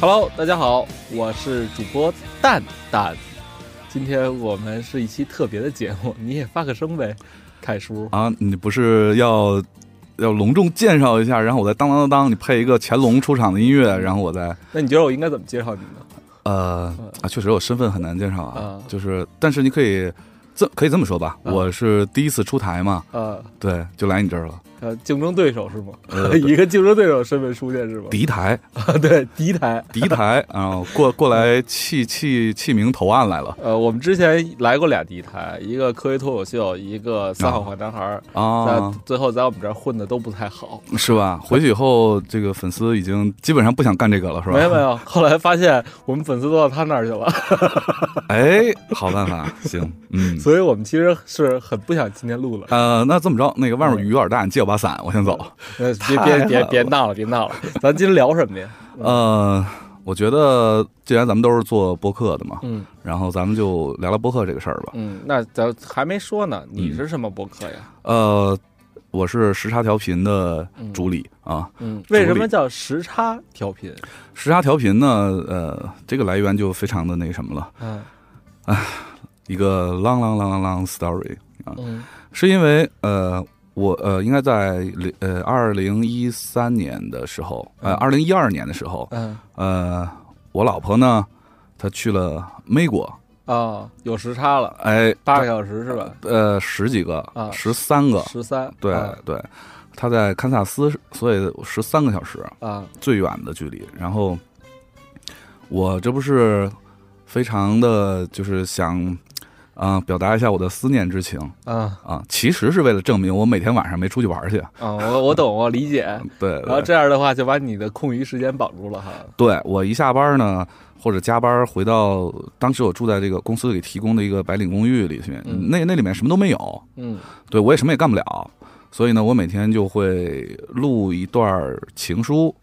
Hello，大家好，我是主播蛋蛋。今天我们是一期特别的节目， 你也发个声呗，凯叔。啊，你不是要要隆重介绍一下，然后我再当当当当，你配一个乾隆出场的音乐，然后我再那你觉得我应该怎么介绍你呢？呃啊，确实我身份很难介绍啊啊，就是但是你可以这可以这么说吧，啊我是第一次出台嘛，呃对，就来你这儿了，呃，竞争对手是吗？ 呃以一个竞争对手身份出现是吗？敌 台啊，对，敌台。敌台，然后过过来弃弃弃明投案来了呃，我们之前来过俩敌台，一个科学脱口秀，一个三好坏男孩儿，啊在，最后在我们这儿混的都不太好，是吧？回去以后，这个粉丝已经基本上不想干这个了，是吧？没有没有。后来发现我们粉丝都到他那儿去了， 哎，好办法，行， 嗯。所以我们其实是很不想今天录了。呃，那这么着，那个外面雨有点大，你借我把伞，我先走。 呃，别太别狠别了别闹了，别闹了，咱今天聊什么呀？呃，我觉得既然咱们都是做播客的嘛，嗯然后咱们就聊聊播客这个事儿吧。嗯，那咱还没说呢，你是什么博客呀？呃，我是时差调频的主理啊。嗯，主为什么理叫时差调频？时差调频呢，呃，这个来源就非常的那什么了，嗯一个 long long long long story，嗯是因为呃。我呃，应该在呃二零一三年的时候，呃嗯二零一二年的时候，嗯呃，我老婆呢，她去了美国，啊，有时差了，哎，八个小时是吧？呃，十几个，啊十三个，十三，对、啊对，他在堪萨斯，所以十三个小时啊，最远的距离。然后我这不是非常的就是想啊、表达一下我的思念之情啊啊，其实是为了证明我每天晚上没出去玩去。啊！我我懂，我理解。对，然后对这样的话，就把你的空余时间绑住了哈。对我一下班呢。或者加班回到当时我住在这个公司给提供的一个白领公寓里面，嗯那那里面什么都没有，嗯对我也什么也干不了，所以呢，我每天就会录一段儿情书，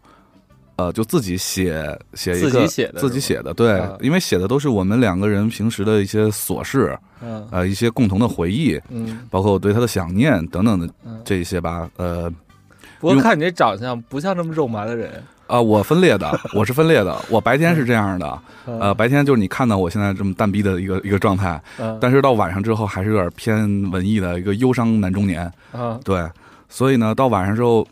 呃，就自己写写一个自己写的自己写的，对啊，因为写的都是我们两个人平时的一些琐事，嗯呃，一些共同的回忆，嗯包括我对他的想念等等的嗯。这一些吧，呃。不过看你这长相，不像这么肉麻的人。啊，我分裂的，我是分裂的，我白天是这样的，呃，啊白天就是你看到我现在这么淡逼的一个一个状态，嗯，但是到晚上之后还是有点偏文艺的一个忧伤男中年，啊对，所以呢，到晚上之后，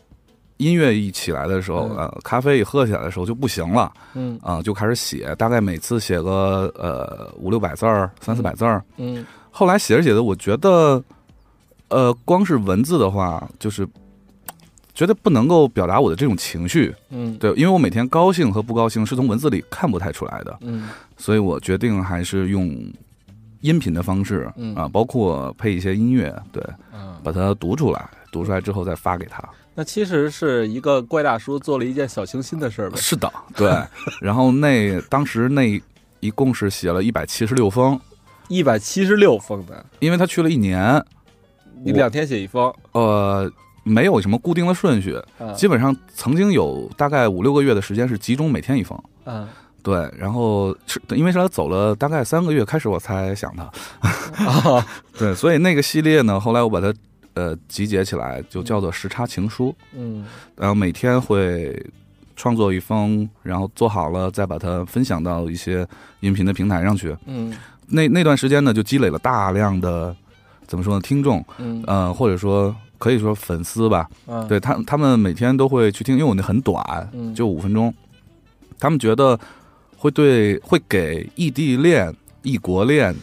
音乐一起来的时候，嗯呃，咖啡一喝起来的时候就不行了嗯啊、就开始写，大概每次写个呃五六百字儿，三四百字儿。嗯后来写着写着，我觉得，呃，光是文字的话，就是觉得不能够表达我的这种情绪，嗯对，因为我每天高兴和不高兴是从文字里看不太出来的，嗯所以我决定还是用音频的方式嗯啊、包括配一些音乐，对，嗯。把它读出来，读出来之后再发给他。那其实是一个怪大叔做了一件小清新的事儿呗。是的，对。 然后那当时那一共是写了一百七十六封，一百七十六封的，因为他去了一年，你我两天写一封，呃，没有什么固定的顺序，啊基本上曾经有大概五六个月的时间是集中每天一封。啊对，然后是因为是他走了大概三个月，开始我才想他。啊，对，所以那个系列呢，后来我把它呃集结起来，就叫做《时差情书》，嗯然后每天会创作一封，然后做好了再把它分享到一些音频的平台上去。嗯那那段时间呢，就积累了大量的怎么说呢，听众，嗯呃，或者说可以说粉丝吧，啊，对他他们每天都会去听，因为我那很短，嗯就五分钟，他们觉得会对会给异地恋、异国恋。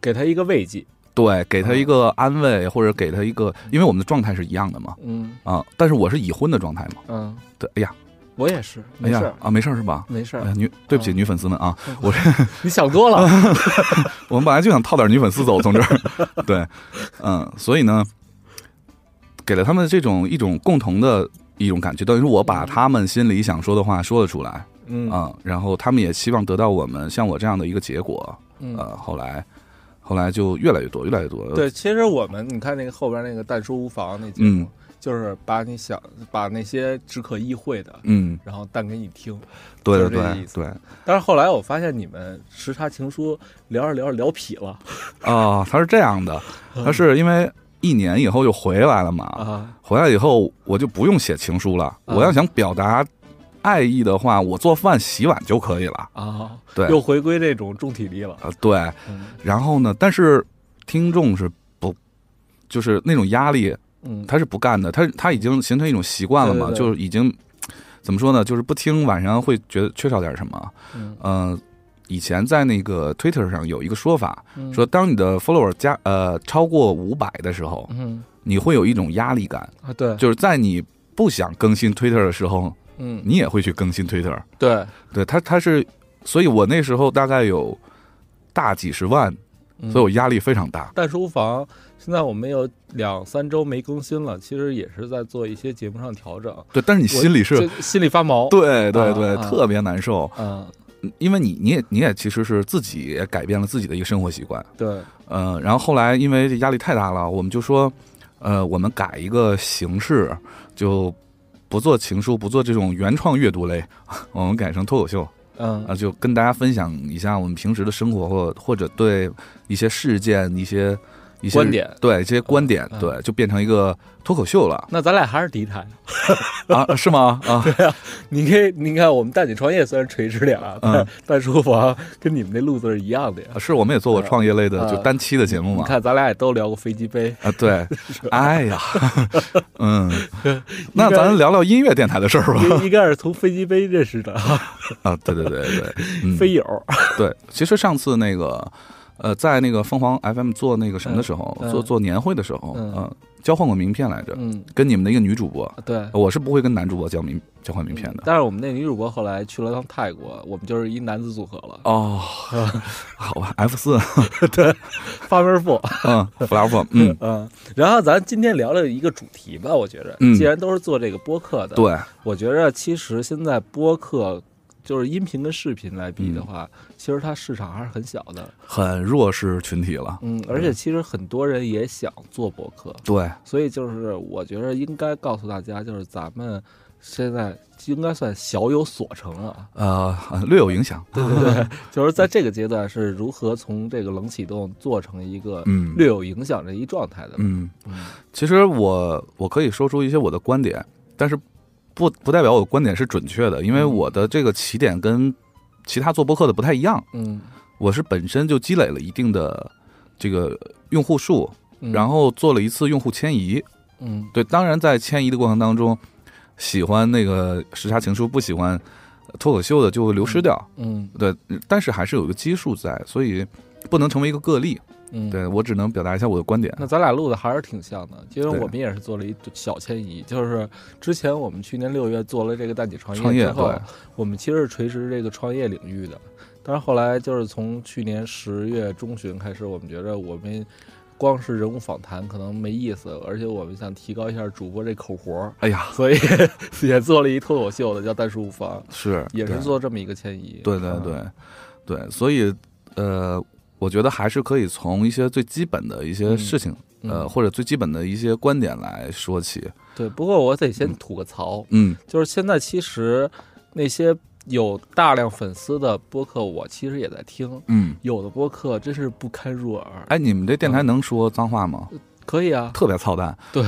给他一个慰藉，对，给他一个安慰，或者给他一个，因为我们的状态是一样的嘛，嗯啊、但是我是已婚的状态嘛，嗯，对，哎呀，我也是，哎没事呀儿，啊，没事儿是吧？没事哎儿呀，，女，对不起，嗯女粉丝们啊，你想多了，我们本来就想套点女粉丝走，从这儿， 对，嗯，所以呢，给了他们这种一种共同的一种感觉，等于是我把他们心里想说的话说了出来啊、嗯然后他们也希望得到我们像我这样的一个结果，嗯。呃，后来，后来就越来越多，越来越多，，对，其实我们你看那个后边那个淡出无妨那节目，就是把你想把那些只可意会的，嗯，然后但给你听。对就是对这个意对思对，但是后来我发现你们时差情书聊着聊着聊痞了哦，他是这样的，嗯他是因为一年以后就回来了嘛，啊回来以后我就不用写情书了，啊我要想表达爱意的话，我做饭洗碗就可以了。啊，对又回归这种重体力了。呃，对，嗯然后呢，但是听众是不，就是那种压力，嗯，他是不干的，他他已经形成一种习惯了嘛，对对对就是已经怎么说呢，就是不听晚上会觉得缺少点什么。嗯呃，以前在那个 Twitter 上有一个说法，嗯说当你的 follower 加呃超过五百的时候，嗯你会有一种压力感，啊，对，就是在你不想更新 Twitter 的时候，嗯你也会去更新 Twitter。对，对他，他是，所以我那时候大概有大几十万，嗯所以我压力非常大。但书房现在我们有两三周没更新了，其实也是在做一些节目上调整，对，但是你心里是，就心里发毛。，对对对，啊啊特别难受，嗯，因为你你也你也其实是自己也改变了自己的一个生活习惯，对，呃，然后后来因为这压力太大了，我们就说，呃，我们改一个形式，就不做情书，不做这种原创阅读类， 我们改成脱口秀啊、嗯就跟大家分享一下我们平时的生活或或者对一些事件、一些一些观点对一些观点，嗯对，就变成一个脱口秀了那咱俩还是敌台。啊？是吗？啊，你可以，你看我们带你创业虽然垂直点啊，但嗯但书房跟你们那路子是一样的呀。是我们也做过创业类的啊就单期的节目你嘛？看，咱俩也都聊过飞机杯， 啊，对，哎呀， 嗯，那咱聊聊音乐电台的事儿吧。 应应该是从飞机杯认识的啊，对对对对，嗯，飞友。对。其实上次那个，呃，在那个凤凰 FM 做那个什么的时候，嗯嗯做做年会的时候，嗯呃，交换过名片来着，嗯，跟你们的一个女主播，对。我是不会跟男主播交名交换名片的。但是我们那女主播后来去了趟泰国，我们就是一男子组合了，哦，好吧，F 四，八门富。嗯 f l o w e r 嗯， 嗯，然后咱今天聊聊一个主题吧，我觉着，嗯既然都是做这个播客的，，对，我觉着其实现在播客就是音频跟视频来比的话，嗯其实它市场还是很小的，很弱势群体了。嗯，而且其实很多人也想做播客，对，所以就是我觉着应该告诉大家，就是咱们现在应该算小有所成了，呃，略有影响。对对对，就是在这个阶段是如何从这个冷启动做成一个嗯略有影响的一状态的，嗯嗯，其实我我可以说出一些我的观点，但是不不代表我的观点是准确的，因为嗯我的这个起点跟其他做播客的不太一样。嗯，我是本身就积累了一定的这个用户数，嗯然后做了一次用户迁移。嗯对，当然在迁移的过程当中，喜欢那个时差情书，不喜欢脱口秀的就流失掉。嗯对，但是还是有一个基数在，所以不能成为一个个例。嗯，。对我只能表达一下我的观点。那咱俩录的还是挺像的，因为对我们也是做了一小迁移，就是之前我们去年六月做了这个带你创创业业之后对，我们其实是垂直这个创业领域的，但是后来就是从去年十月中旬开始，我们觉着我们光是人物访谈可能没意思，而且我们想提高一下主播这口活儿，哎呀，所以 也做了一脱口秀的叫《但是无妨》，是也是对做这嗯么一个迁移。对对对，对，所以呃，我觉得还是可以从一些最基本的一些嗯事情，嗯呃，或者最基本的一些观点来说起。对。不过我得先吐个槽，嗯就是现在其实那些有大量粉丝的播客，我其实也在听。嗯，有的播客真是不堪入耳，哎，你们这电台能说脏话吗？可以啊，特别操蛋。对，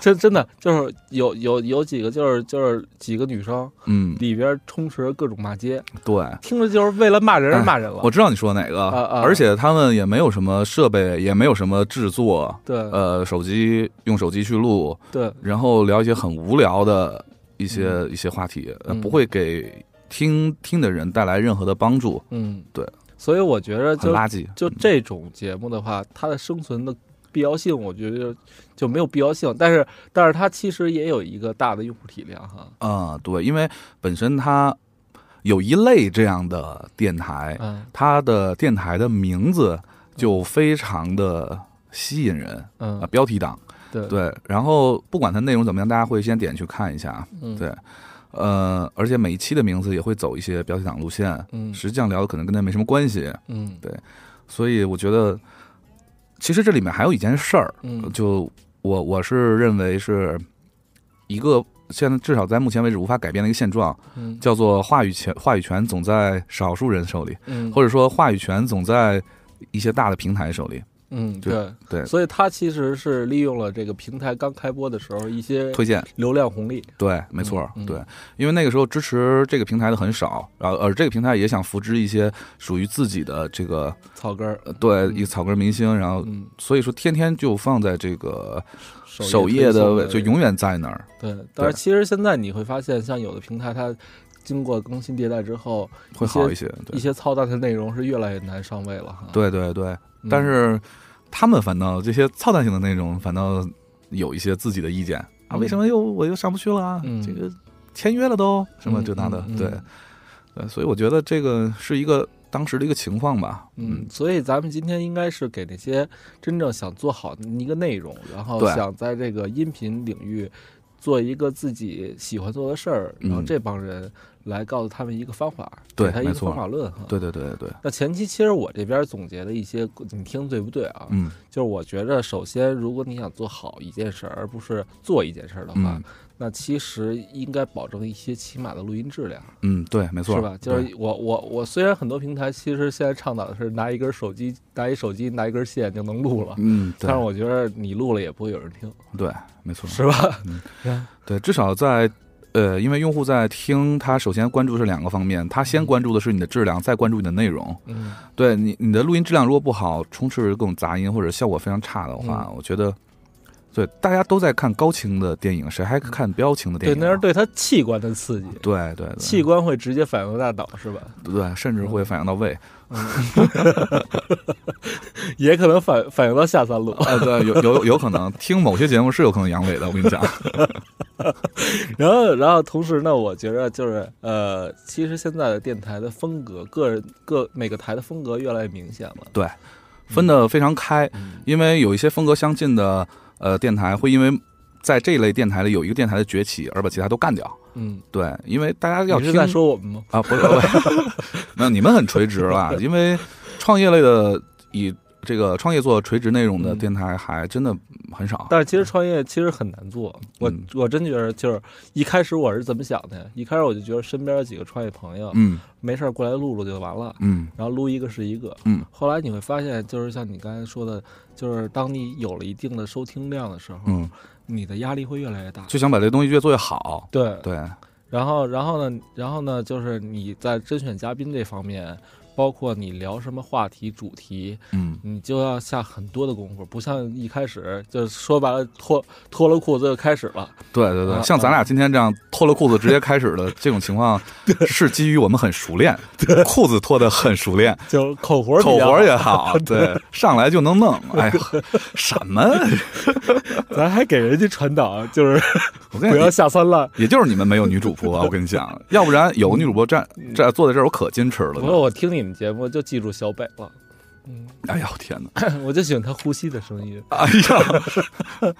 真真的就是有有有几个就是就是几个女生嗯，里边充斥着各种骂街，对，听着就是为了骂人而骂人了。我知道你说哪个啊啊，而且他们也没有什么设备，也没有什么制作，对、呃，手机用手机去录，对，然后聊一些很无聊的一些一些话题，呃嗯不会给听听的人带来任何的帮助，嗯对，所以我觉着呃很就垃圾。就这种节目的话，它的生存的必要性，我觉得就没有必要性。但是，但是它其实也有一个大的用户体量哈。啊、对，因为本身它有一类这样的电台，嗯它的电台的名字就非常的吸引人啊、嗯，标题党对对，然后不管它内容怎么样，大家会先点去看一下，啊嗯对，呃，而且每一期的名字也会走一些标题党路线，嗯实际上聊的可能跟它没什么关系，嗯所以我觉得，其实这里面还有一件事儿，嗯就我我是认为是一个现在至少在目前为止无法改变的一个现状，嗯叫做话语权，话语权总在少数人手里，嗯，或者说话语权总在一些大的平台手里。嗯，就对对所以它其实是利用了这个平台刚开播的时候一些推荐流量红利，对，没错儿，嗯嗯对，因为那个时候支持这个平台的很少，然后而这个平台也想扶植一些属于自己的这个草根儿，呃对嗯一草根明星，然后嗯，所以说天天就放在这个首首页的位，推送就永远在那儿，对。但是其实现在你会发现，像有的平台它经过更新迭代之后，会一些好一些。一对，些操蛋的内容是越来越难上位了哈。对对对，嗯，但是他们反倒这些操蛋性的内容，反倒有一些自己的意见啊，嗯为什么又我又上不去了啊？嗯这个签约了都什么嗯这那的嗯，嗯对对，所以我觉得这个是一个当时的一个情况吧，嗯，所以咱们今天应该是给那些真正想做好一个内容，然后对想在这个音频领域做一个自己喜欢做的事儿，嗯然后这帮人来告诉他们一个方法，对给他一没个错方法论哈。对对对对对，那前期其实我这边总结的一些，你听对不对啊？嗯。就是我觉得，首先，如果你想做好一件事儿，而不是做一件事儿的话，嗯那其实应该保证一些起码的录音质量，嗯，对，没错，是吧？就对是我我我，虽然很多平台其实现在倡导的是拿一根手机，拿一手机，拿一根线就能录了，嗯，对但是我觉得你录了也不会有人听，对，没错，是吧？对，至少在呃，因为用户在听，他首先关注是两个方面，他先关注的是你的质量，再关注你的内容。嗯，对你，你的录音质量如果不好，充斥着各种杂音或者效果非常差的话，嗯我觉得。对，大家都在看高清的电影，谁还看标清的 嗯电对，影那啊？是对他器官的刺激，对对对器官会直接反应大脑，是吧？ 对，甚至嗯会反映到胃。也可能反反映到下三路。 呃，对，有有有可能听某些节目是有可能阳痿的，我跟你讲。然后，然后同时呢，我觉着就是呃，其实现在的电台的风格，个人各每个台的风格越来越明显了。对，分得非常开，嗯因为有一些风格相近的呃电台会因为在这一类电台里有一个电台的崛起而把其他都干掉。嗯，对，因为大家要你是听在说我们吗？啊，不 是，不是没有你们很垂直啦，因为创业类的以这个创业做垂直内容的嗯电台还真的很少。但是其实创业其实很难做，我、嗯我真觉得就是一开始我是怎么想的呀？一开始我就觉得身边有几个创业朋友、嗯没事儿过来录录就完了，嗯然后录一个是一个。嗯，后来你会发现，就是像你刚才说的，就是当你有了一定的收听量的时候，嗯，你的压力会越来越大。就想把这东西越做越好。对对，然后，然后呢，然后呢，就是你在甄选嘉宾这方面，包括你聊什么话题、主题，嗯，你就要下很多的功夫，不像一开始就是说白了脱脱了裤子就开始了。对对对，啊像咱俩今天这样脱了裤子直接开始的 这种情况，是基于我们很熟练，裤子脱的很熟练，就是口活儿比口较活好儿也好， 对，上来就能弄。哎呀，什么？咱还给人家传导，就是我跟不你要讲，下三滥。也就是你们没有女主播，我跟你讲，要不然有个女主播站这坐在这儿，我可矜持了不都。嗯过我听你们节目就记住小北了， 哎呀，我天哪！我就喜欢他呼吸的声音。哎呀，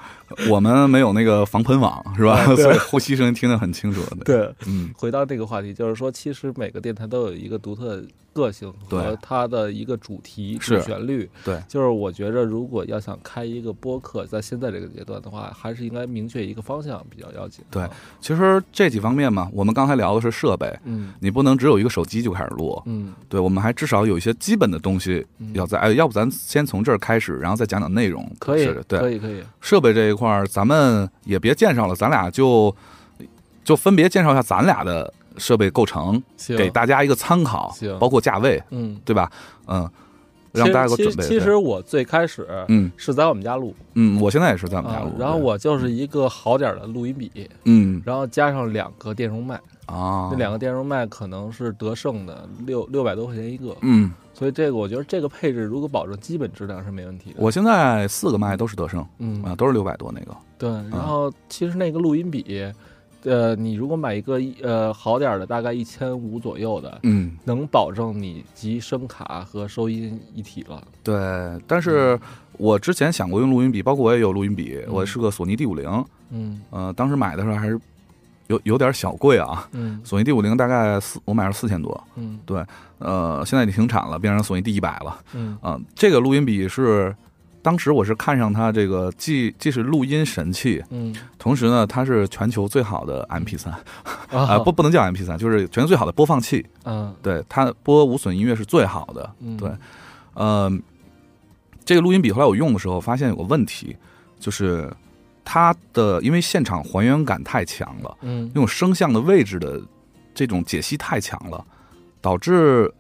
我们没有那个防喷网是吧？啊对所以呼吸声音听得很清楚。，对，嗯，回到这个话题，就是说，其实每个电台都有一个独特的个性和对它的一个主题、是主旋律。对，就是我觉着，如果要想开一个播客，在现在这个阶段的话，还是应该明确一个方向比较要紧。对，其实这几方面嘛，我们刚才聊的是设备，嗯你不能只有一个手机就开始录。嗯对，我们还至少有一些基本的东西嗯，要在，哎，要不咱先从这儿开始，然后再讲讲内容。可以是，对，可以，可以。设备这一块儿，咱们也别介绍了，咱俩就就分别介绍一下咱俩的设备构成，行，给大家一个参考行，包括价位，嗯，对吧？嗯，让大家有个其实准备。其实其实对，我最开始嗯是在我们家录，嗯，我现在也是在我们家啊录，，然后对，我就是一个好点儿的录音笔，嗯然后加上两个电容麦，啊那，两个电容麦可能是德胜的，六六百多块钱一个。嗯，所以这个我觉得这个配置如果保证基本质量是没问题的。我现在四个麦都是德胜啊，嗯，都是六百多那个，对。然后其实那个录音笔，呃，你如果买一个一呃好点儿的，大概一千五左右的，嗯，能保证你集声卡和收音一体了。对。但是我之前想过用录音笔，包括我也有录音笔，嗯我是个索尼 D 五零，嗯呃，当时买的时候还是有有点小贵啊，嗯索尼 D 五零大概四，我买了四千多，嗯呃，现在已经停产了，变成索尼 D 一百了。嗯嗯、这个录音笔是当时我是看上它这个既既是录音神器，嗯同时呢，它是全球最好的 MP 三啊、啊不不能叫 MP 三，就是全球最好的播放器。嗯对它播无损音乐是最好的。嗯对，嗯、呃这个录音笔后来我用的时候发现有个问题，就是它的因为现场还原感太强了，嗯用声像的位置的这种解析太强了，导致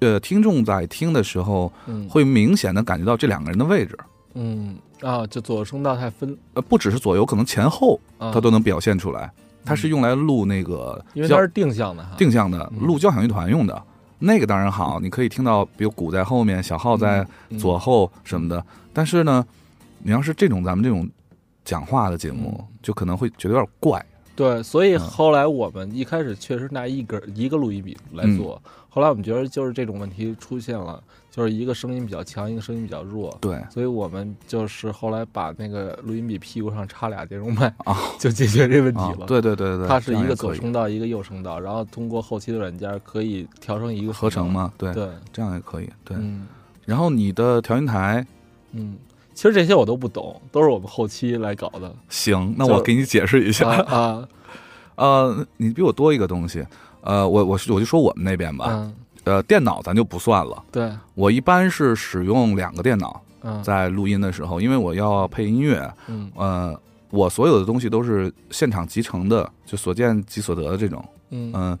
呃听众在听的时候嗯会明显的感觉到这两个人的位置，嗯啊，就左右声道太分，呃，不只是左右，可能前后啊、它都能表现出来。它是用来录那个嗯因为交它是定向的哈，定向的，嗯录交响乐团用的。那个当然好，你可以听到，比如鼓在后面，小号在嗯左后什么的。但是呢，你要是这种咱们这种讲话的节目嗯，就可能会觉得有点怪。对，所以嗯后来我们一开始确实拿一根一个录音笔来做，嗯后来我们觉得就是这种问题出现了，就是一个声音比较强，一个声音比较弱，对，所以我们就是后来把那个录音笔屁股上插俩电容麦啊， 就解决这问题啊了。，对对对对，它是这样一也个可左以声道，一个右声道，然后通过后期的软件可以调成一个合成嘛？嘛，对，嗯对，这样也可以。对，嗯然后你的调音台嗯。其实这些我都不懂，都是我们后期来搞的。行，那就我给你解释一下。啊啊 呃，你比我多一个东西。呃，我我是我就说我们那边吧。嗯，呃，电脑咱就不算了，对，我一般是使用两个电脑。嗯在录音的时候，因为我要配音乐，嗯呃，我所有的东西都是现场集成的，就所见即所得的这种，嗯嗯、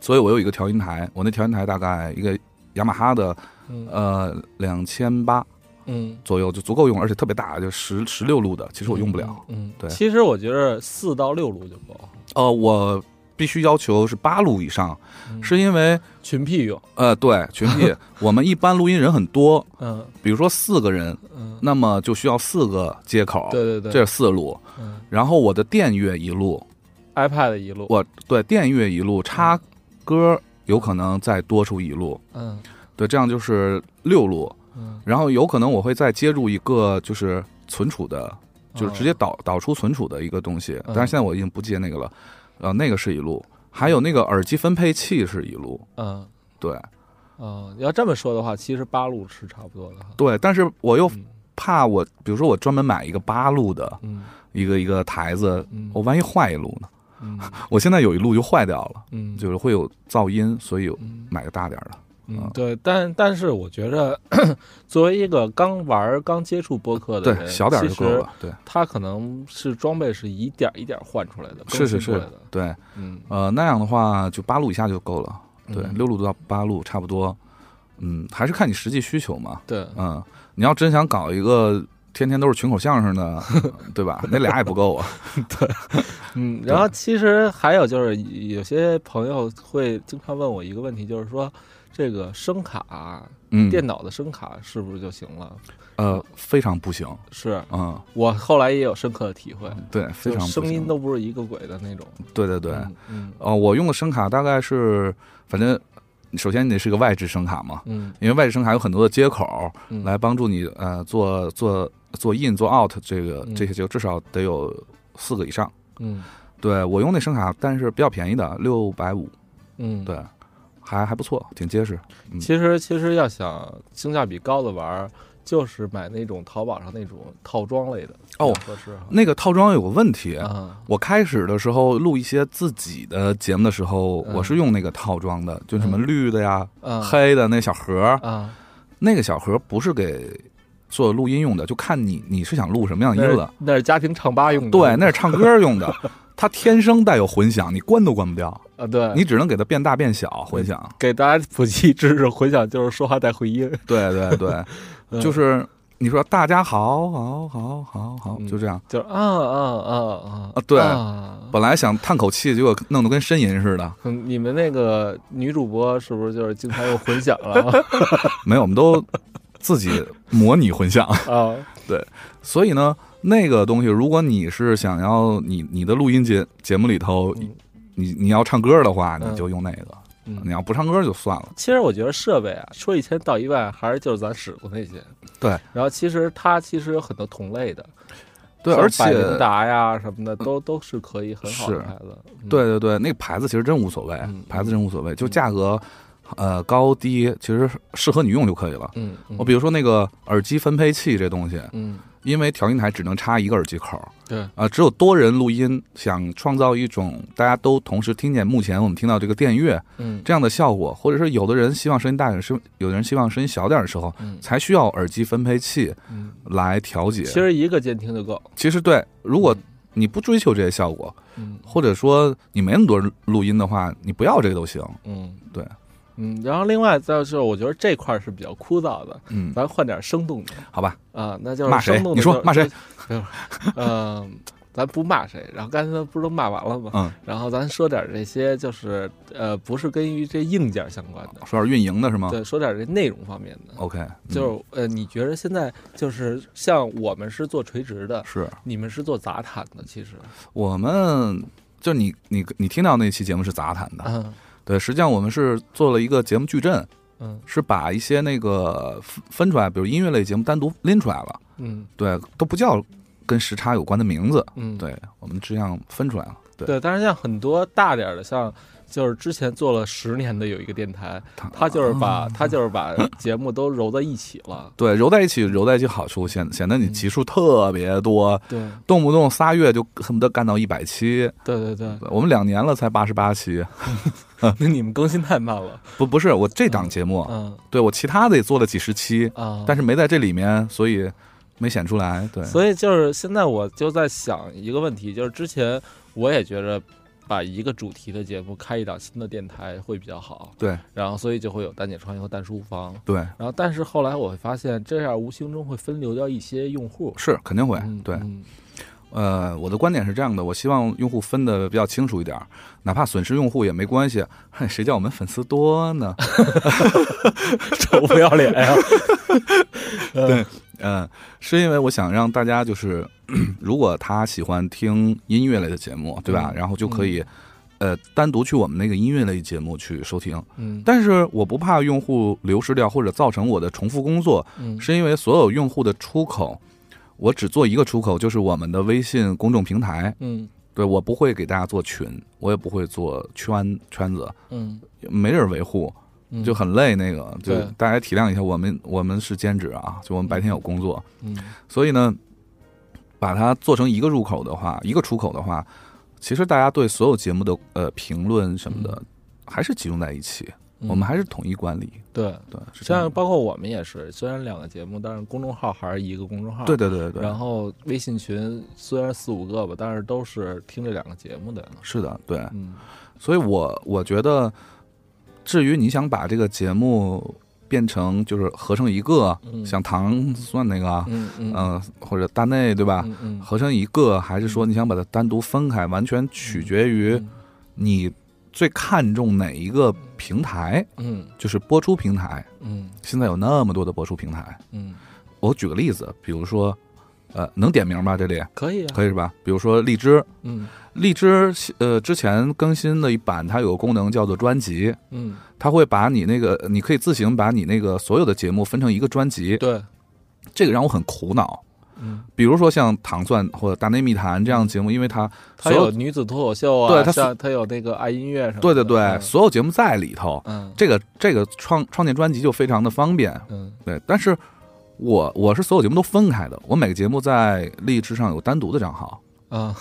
所以我有一个调音台，我那调音台大概一个雅马哈的，嗯呃，两千八嗯，左右就足够用，而且特别大，就十十六路的，其实我用不了，嗯，嗯，对其实我觉得四到六路就够了，呃，我必须要求是八路以上，嗯是因为，群 P 用，呃，对，群 体我们一般录音人很多，嗯比如说四个人，嗯，那么就需要四个接口，对对对，这是四路，嗯然后我的电乐一路。 iPad 一路，我对电乐一路插歌，有可能再多出一路，嗯对，这样就是六路，嗯，然后有可能我会再接入一个就是存储的，就是直接哦导导出存储的一个东西，嗯但是现在我已经不接那个了，呃，那个是一路，还有那个耳机分配器是一路，嗯对嗯，要这么说的话，其实八路是差不多的哈，对，但是我又嗯怕我，比如说我专门买一个八路的嗯一个一个台子，嗯，我万一坏一路呢？嗯我现在有一路就坏掉了，嗯哦就是会有噪音，所以嗯买个大点儿的，嗯啊对，但但是我觉着， 作为一个刚玩儿刚接触播客的对，人，小点儿就其够实了，对。他可能是装备是一点儿一点儿换出来的，是是更新出来是的，，对，嗯，呃，那样的话就八路以下就够了，对，嗯六路到八路差不多，嗯，还是看你实际需求嘛，对，嗯，你要真想搞一个天天都是群口相声的，对吧？那俩也不够啊，嗯，然后其实还有就是，有些朋友会经常问我一个问题，就是说这个声卡，嗯，电脑的声卡是不是就行了？呃非常不行，是嗯，我后来也有深刻的体会，对，嗯非就常是不声音行，都不是一个轨的那种。对对对，嗯呃，我用的声卡大概是，反正首先你得是个外置声卡嘛，嗯因为外置声卡有很多的接口，嗯，来帮助你呃做做做 in 做 out 这个嗯这些就至少得有四个以上。嗯对我用那声卡，但是比较便宜的，六百五，嗯，。对，还还不错，挺结实。嗯其实其实要想性价比高的玩儿，就是买那种淘宝上那种套装类的哦嗯合适哈那个套装有个问题，啊，我开始的时候录一些自己的节目的时候，嗯我是用那个套装的，就什么嗯绿的呀、啊黑的那小盒儿，啊，那个小盒儿不是给做录音用的，就看你你是想录什么样的那音是了。那是家庭唱吧用的，对，那是唱歌 用的，它天生带有混响，你关都关不掉。啊对，你只能给它变大变小混响。给大家普及知识，回想就是说话带回音，对对对，嗯就是你说大家好，好，好，好，好，嗯就这样。就是啊啊啊啊啊对啊本来想叹口气，结果弄得跟呻吟似的。嗯你们那个女主播是不是就是经常用混响了 没有，我们都自己模拟混响。 啊？所以呢，那个东西，如果你是想要你你的录音节节目里头，嗯你你要唱歌的话，嗯你就用那个；你嗯，要不唱歌就算了。其实我觉得设备啊，说一千道一万，还是就是咱使过那些。对，然后其实它其实有很多同类的，对，像而且嗯百灵达呀什么的，都都是可以很好的是牌子。嗯对，对对，那个牌子其实真无所谓嗯，牌子真无所谓，就价格，呃，高低其实适合你用就可以了。嗯，嗯我比如说那个耳机分配器这东西，嗯因为调音台只能插一个耳机口儿对，啊、只有多人录音，想创造一种大家都同时听见目前我们听到这个电乐嗯这样的效果，或者是有的人希望声音大点儿，声有的人希望声音小点儿的时候，嗯才需要耳机分配器嗯，来调节。其实一个监听就够。其实对，如果你不追求这些效果，嗯或者说你没那么多人录音的话，你不要这个都行。嗯，对，嗯，然后另外再就是，我觉得这块儿是比较枯燥的，嗯，咱换点生动的好吧，啊，那就是骂谁生动的你说就骂谁？嗯、呃咱不骂谁。然后刚才不是都骂完了吗？嗯，然后咱说点这些，就是呃，不是跟于这硬件相关的，说点运营的是吗？对，说点这内容方面的。 ，OK，嗯就是呃，你觉得现在就是像我们是做垂直的，是你们是做杂谈的，其实，我们。就你你你听到那期节目是杂谈的，嗯对，实际上我们是做了一个节目矩阵，嗯是把一些那个分分出来，比如音乐类节目单独拎出来了，嗯对，都不叫跟时差有关的名字，嗯，对我们这样分出来了，对，对。但是像很多大点儿的，像就是之前做了十年的有一个电台，它他就是把他就是把节目都揉在一起了，对揉在一起，揉在一起好处显显得你集数特别多，对动不动仨月就恨不得干到一百期，对对对，我们两年了才八十八期， 那你们更新太慢了，不不是我这档节目，嗯对我其他的也做了几十期，啊，但是没在这里面，所以没显出来，对，所以就是现在我就在想一个问题，就是之前我也觉着把一个主题的节目开一档新的电台会比较好，对然后所以就会有蛋姐创业和蛋书房，对然后但是后来我会发现这样无形中会分流掉一些用户，是肯定会，嗯对。嗯呃，我的观点是这样的，我希望用户分的比较清楚一点儿，哪怕损失用户也没关系， 嘿谁叫我们粉丝多呢？ 臭不要脸呀，嗯、是因为我想让大家就是， 如果他喜欢听音乐类的节目，对吧？嗯然后就可以，呃，单独去我们那个音乐类节目去收听。嗯但是我不怕用户流失掉或者造成我的重复工作，嗯是因为所有用户的出口，我只做一个出口，就是我们的微信公众平台。嗯对我不会给大家做群，我也不会做圈圈子，嗯没人维护嗯，就很累。那个就对大家体谅一下，我们我们是兼职啊，就我们白天有工作，嗯所以呢，把它做成一个入口的话，一个出口的话，其实大家对所有节目的呃评论什么的，还是集中在一起，嗯我们还是统一管理。对。对，是这像样。包括我们也是，虽然两个节目，但是公众号还是一个公众号。对对对对然对，后微信群虽然四五个吧，但是都是听这两个节目的。是的，对。嗯所以我我觉得，至于你想把这个节目变成就是合成一个，嗯像糖蒜那个啊，嗯嗯嗯、或者大内对吧？嗯嗯，合成一个，还是说你想把它单独分开，完全取决于嗯你最看重哪一个平台，嗯就是播出平台。嗯现在有那么多的播出平台，嗯，我举个例子，比如说，呃，能点名吗？这里可以啊，可以是吧？比如说荔枝，嗯荔枝呃之前更新的一版，它有个功能叫做专辑，嗯，它会把你那个，你可以自行把你那个所有的节目分成一个专辑，对，这个让我很苦恼。嗯，比如说像《糖蒜》或者《大内密谈》这样的节目，因为它它所有有女子脱口秀啊，对它像它有那个爱音乐什么的。对对对，所有节目在里头，嗯，这个这个创创建专辑就非常的方便。嗯对，但是我我是所有节目都分开的，我每个节目在荔枝上有单独的账号，嗯啊，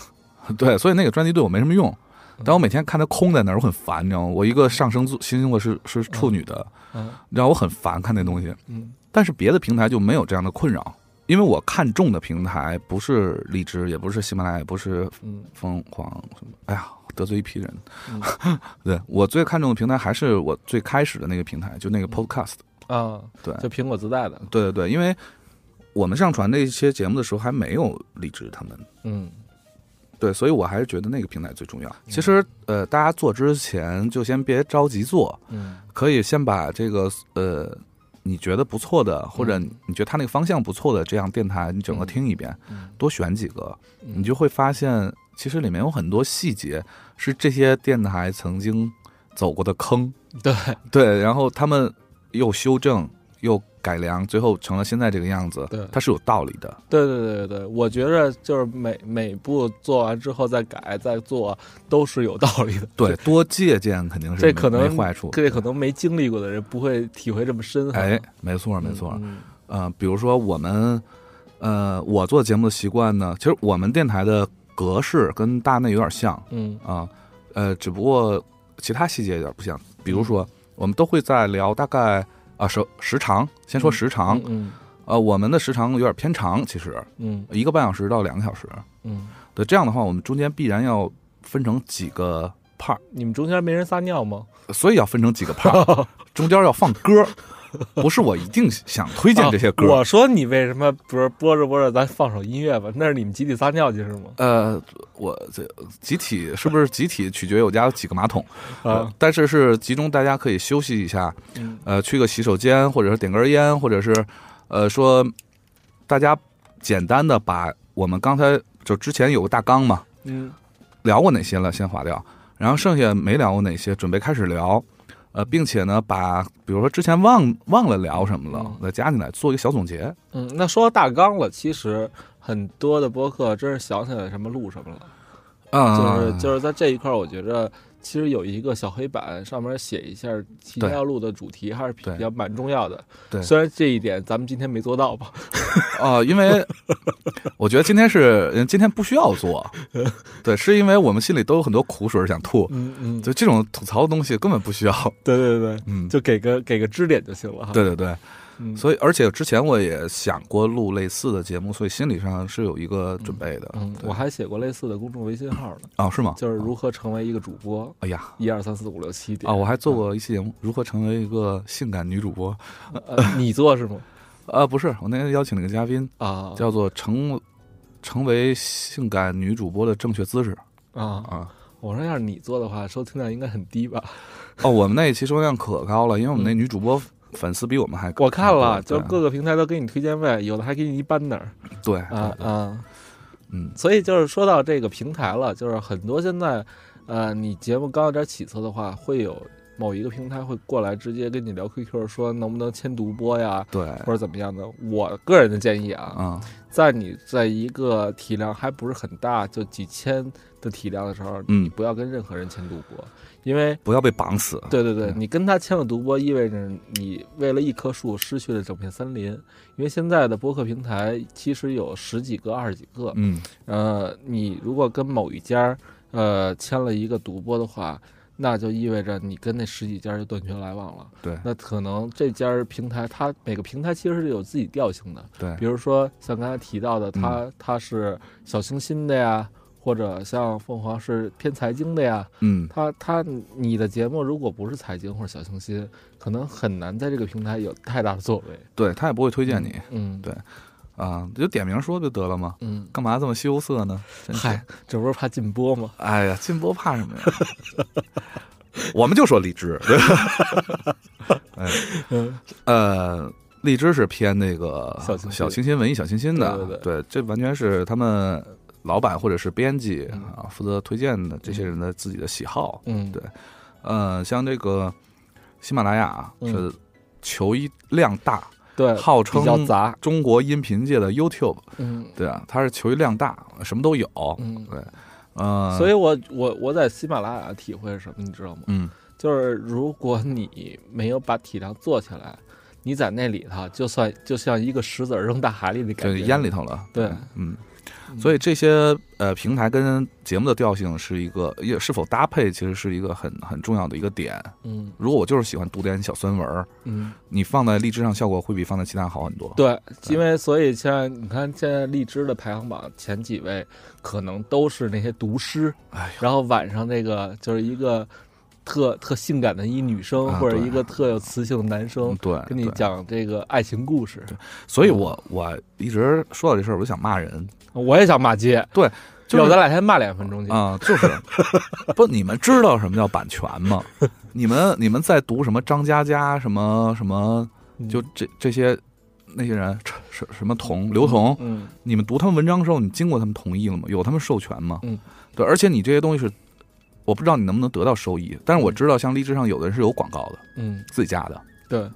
对，所以那个专辑对我没什么用嗯。但我每天看它空在那儿，我很烦，你知道吗？我一个上升座星星座是是处女的，嗯你知道我很烦看那东西。嗯但是别的平台就没有这样的困扰，因为我看中的平台不是荔枝，也不是喜马拉雅，也不是嗯凤凰什么。哎呀，得罪一批人。嗯 对我最看重的平台还是我最开始的那个平台，就那个 Podcast。啊，对嗯就苹果自带的，对对对，因为我们上传那些节目的时候还没有荔枝他们。嗯对，所以我还是觉得那个平台最重要。其实，呃，大家做之前就先别着急做，嗯可以先把这个呃你觉得不错的，或者嗯你觉得它那个方向不错的这样电台，你整嗯个听一遍，嗯，多选几个，你你就会发现其实里面有很多细节是这些电台曾经走过的坑，对对，然后他们又修正又改良，最后成了现在这个样子对，它是有道理的。对对对对对，我觉着就是每每步做完之后再改再做都是有道理的。对，多借鉴肯定是这没可能没坏处，哎这可能没经历过的人不会体会这么深哈。哎，没错没错，嗯，呃，比如说我们，呃，我做节目的习惯呢，其实我们电台的格式跟大内有点像嗯啊，呃，只不过其他细节有点不像。比如说，我们都会在聊大概啊时时长，先说时长，嗯呃，我们的时长有点偏长，其实嗯一个半小时到两个小时。嗯，对，这样的话，我们中间必然要分成几个 part，你们中间没人撒尿吗？所以要分成几个 part，中间要放歌，不是我一定想推荐这些歌。啊我说你为什么不是播着播着咱放首音乐吧？那是你们集体撒尿去是吗？呃，我这集体是不是集体取决于我家有几个马桶啊呃，但是是集中大家可以休息一下，嗯呃，去个洗手间，或者是点根烟，或者是呃说大家简单的把我们刚才就之前有个大纲嘛，嗯聊过哪些了，先划掉，然后剩下没聊过哪些，准备开始聊。呃，并且呢，把比如说之前忘忘了聊什么了嗯，再加进来做一个小总结。嗯，那说到大纲了，其实很多的播客真是想起来什么录什么了。啊就是就是在这一块，儿，我觉着其实有一个小黑板，上面写一下今天对要录的主题，还是比对较蛮重要的。对虽然这一点咱们今天没做到吧，啊、因为我觉得今天是嗯今天不需要做，对，是因为我们心里都有很多苦水想吐，嗯嗯，就这种吐槽的东西根本不需要。 对对对，嗯，就给个给个支点就行了哈。对对对，嗯，所以而且之前我也想过录类似的节目，所以心理上是有一个准备的。嗯，对我还写过类似的公众微信号呢，啊、是吗？就是如何成为一个主播，哎呀。一二三四五六七点啊，我还做过一期节目，如何成为一个性感女主播？呃你做 是吗？呃，不是，我那天邀请了一个嘉宾，啊叫做成成为性感女主播的正确姿势啊，啊。我说要是你做的话，收听量应该很低吧？ 哦，我们那一期收听量可高了，因为我们那女主播粉丝比我们还 嗯高。我看了，就对各个平台都给你推荐位，有的还给你一 banner 对啊啊。嗯所以就是说到这个平台了，就是很多现在，呃，你节目刚有点起色的话，会有某一个平台会过来直接跟你聊 QQ，说能不能签独播呀，对或者怎么样的。我个人的建议啊，啊在你在一个体量还不是很大，就几千的体量的时候，嗯，不要跟任何人签独播，因为。不要被绑死。对对对，你跟他签了独播，意味着你为了一棵树失去了整片森林。因为现在的播客平台其实有十几个、二十几个，嗯，呃，你如果跟某一家儿呃签了一个独播的话，那就意味着你跟那十几家儿就断绝来往了。对那可能这家儿平台，它每个平台其实是有自己调性的，对比如说像刚才提到的，它、它是小清新的呀，或者像凤凰是偏财经的呀，嗯它它你的节目如果不是财经或者小清新，可能很难在这个平台有太大的作为。对，他也不会推荐你嗯，对啊，就点名说不就得了吗？嗯，干嘛这么羞涩呢？真是嗨，这不是怕禁播吗？哎呀，进波怕什么呀？ 我们就说荔枝， 对吧？哎，嗯呃，荔枝是偏那个小清新小清新、文艺小清新的，对对这完全是他们老板或者是编辑啊负责推荐的这些人的自己的喜好。嗯，对呃，像这个喜马拉雅啊嗯是求一量大，对，号称比较杂。中国音频界的 YouTube，嗯对啊，它是求一量大，什么都有。嗯，呃，所以我我我在喜马拉雅体会是什么，你知道吗？嗯，就是如果你没有把体量做起来，你在那里头就算就像一个石子儿扔大海里的感就觉，烟里头了。对，嗯，嗯。所以这些呃平台跟节目的调性是一个也是否搭配，其实是一个很很重要的一个点。嗯如果我就是喜欢读点小酸文儿，嗯，你放在荔枝上效果会比放在其他好很多。对，因为所以现在你看，现在荔枝的排行榜前几位可能都是那些读诗，哎然后晚上那个就是一个特特性感的一女生、啊或者对一个特有磁性的男嗯生，对，跟你对，讲这个爱情故事，所以我我一直说到这事儿，我就想骂人，我也想骂街，就要是咱俩先骂两分钟去。啊、就是不，你们知道什么叫版权吗？ 你们你们在读什么张嘉佳什么什么，嗯就这这些那些人，什什么童刘同，嗯你们读他们文章的时候，你经过他们同意了吗？有他们授权吗？嗯，对，而且你这些东西是，我不知道你能不能得到收益，但是我知道像荔枝上有的人是有广告的，嗯，自己加的。对，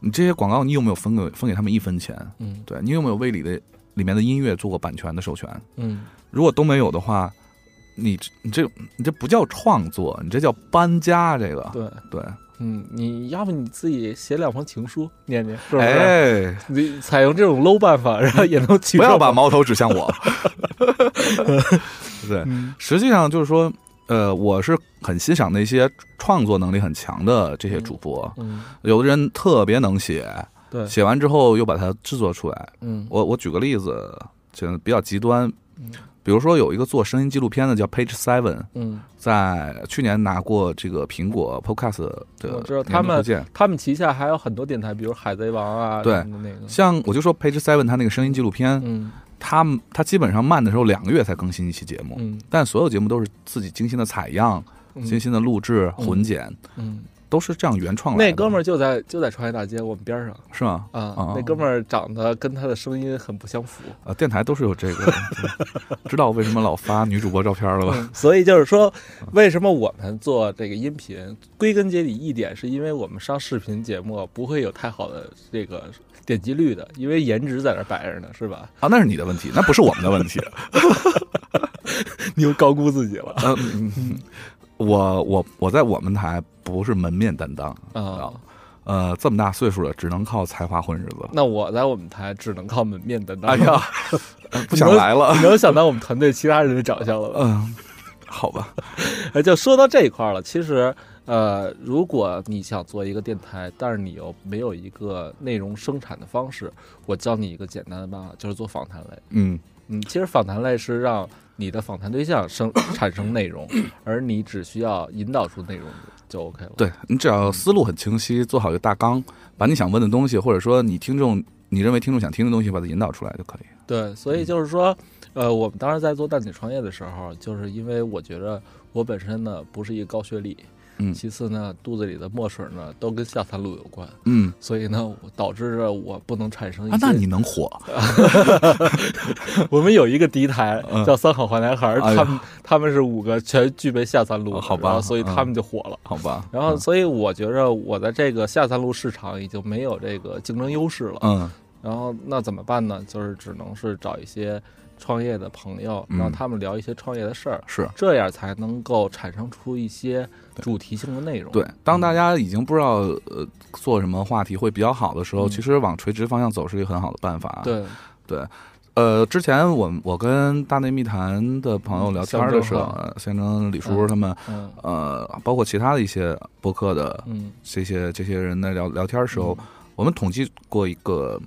你这些广告，你有没有分给分给他们一分钱？嗯对你有没有为里的里面的音乐做过版权的授权？嗯如果都没有的话，你你这你这不叫创作，你这叫搬家。这个对，对嗯，你要不你自己写两封情书念念，是不是？哎，你采用这种 low 办法，然后也能取不要胜把矛头指 向我。对，嗯实际上就是说，呃，我是很欣赏那些创作能力很强的这些主播，嗯，有的人特别能写，对，写完之后又把它制作出来。嗯我我举个例子，就比较极端嗯，比如说有一个做声音纪录片的叫 Page Seven，嗯，在去年拿过这个苹果 Podcast 的我知道年度他们推荐。他们旗下还有很多电台，比如海贼王啊，对什么的那个，像我就说 Page Seven 他那个声音纪录片，嗯他们他基本上慢的时候两个月才更新一期节目，嗯但所有节目都是自己精心的采样、精嗯心的录制、嗯混剪，嗯，都是这样原创来的。那哥们儿就在就在创业大街我们边上是吗？啊哦，那哥们儿长得跟他的声音很不相符，呃，电台都是有这 个，知道为什么老发女主播照片了吧？所以就是说，为什么我们做这个音频，归根结底一点是因为我们上视频节目不会有太好的这个点击率的，因为颜值在那儿摆着呢，是吧？啊，那是你的问题，那不是我们的问题。 你又高估自己了呃，嗯我我我在我们台不是门面担当， 啊！呃，这么大岁数了，只能靠才华混日 子。那我在我们台只能靠门面担当。哎呀，呃不想来了。 你能想到我们团队其他人的长相 了吧？嗯，好吧，哎，就说到这一块儿了，其实。呃，如果你想做一个电台，但是你又没有一个内容生产的方式，我教你一个简单的办法，就是做访谈类。嗯，嗯，其实访谈类是让你的访谈对象生 产生内 容，而你只需要引导出内容就 OK 了。，对你只要思路很清晰，做好一个大纲，把你想问的东西，或者说你听众你认为听众想听的东西，把它引导出来就可以。对，所嗯以就是说，呃，我们当时在做蛋姐创业的时候，就是因为我觉着我本身呢不是一个高学历，嗯其次呢肚子里的墨水呢都跟下三路有关，嗯，所以呢我导致着我不能产生一啊，些。那你能火？我们有一个敌台嗯叫三好坏男孩儿，哎呀他们他们是五个全具备下三路的，啊好吧然后所以他嗯们就火了。好吧，然后，所以我觉着我在这个下三路市场已经没有这个竞争优势了。嗯然后，那怎么办呢？就是只能是找一些创业的朋友，嗯让他们聊一些创业的事儿，是这样才能够产生出一些主题性的内容。对。当大家已经不知道呃做什么话题会比较好的时候，嗯其实往垂直方向走是一个很好的办法。对，对。呃，之前我我跟大内密谈的朋友聊天的时候，嗯呃象征李叔他们，嗯呃，包括其他的一些播客的嗯，这些这些人在聊聊天的时候，我们统计过一个，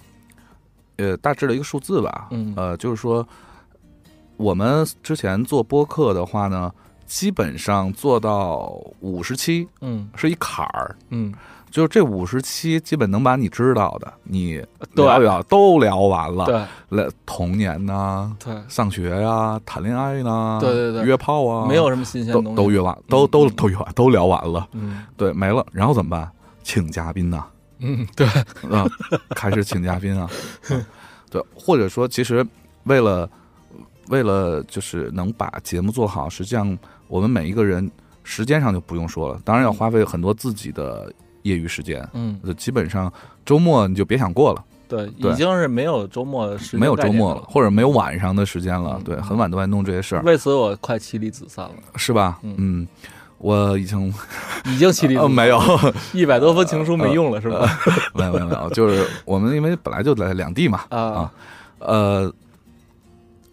呃，大致的一个数字吧，嗯呃，就是说，我们之前做播客的话呢，基本上做到五十期嗯是一坎儿，嗯，就是这五十期基本能把你知道的，你对聊一聊都聊完了，对来童年呐、对上学呀、谈恋爱呐、对对对约炮啊，没有什么新鲜都的东西。都约完，都都嗯都约完，都聊完了，嗯对，没了，然后怎么办？请嘉宾呐、嗯，对，啊， 开始请嘉 宾啊，嗯对，或者说，其实为了为了就是能把节目做好，实际上我们每一个人时间上就不用说了，当然要花费很多自己的业余时间，嗯就基本上周末你就别想过了，对，对已经是没有周末时间没有周概末念了，或者没有晚上的时间了嗯，对，很晚都在弄这些事儿，为此我快妻离子散了，是吧？嗯嗯，我已经已经妻离子呃散了没有，一百多封情书没呃用了，是吧？没有没有没有，就是我们因为本来就在两地嘛，啊啊，呃，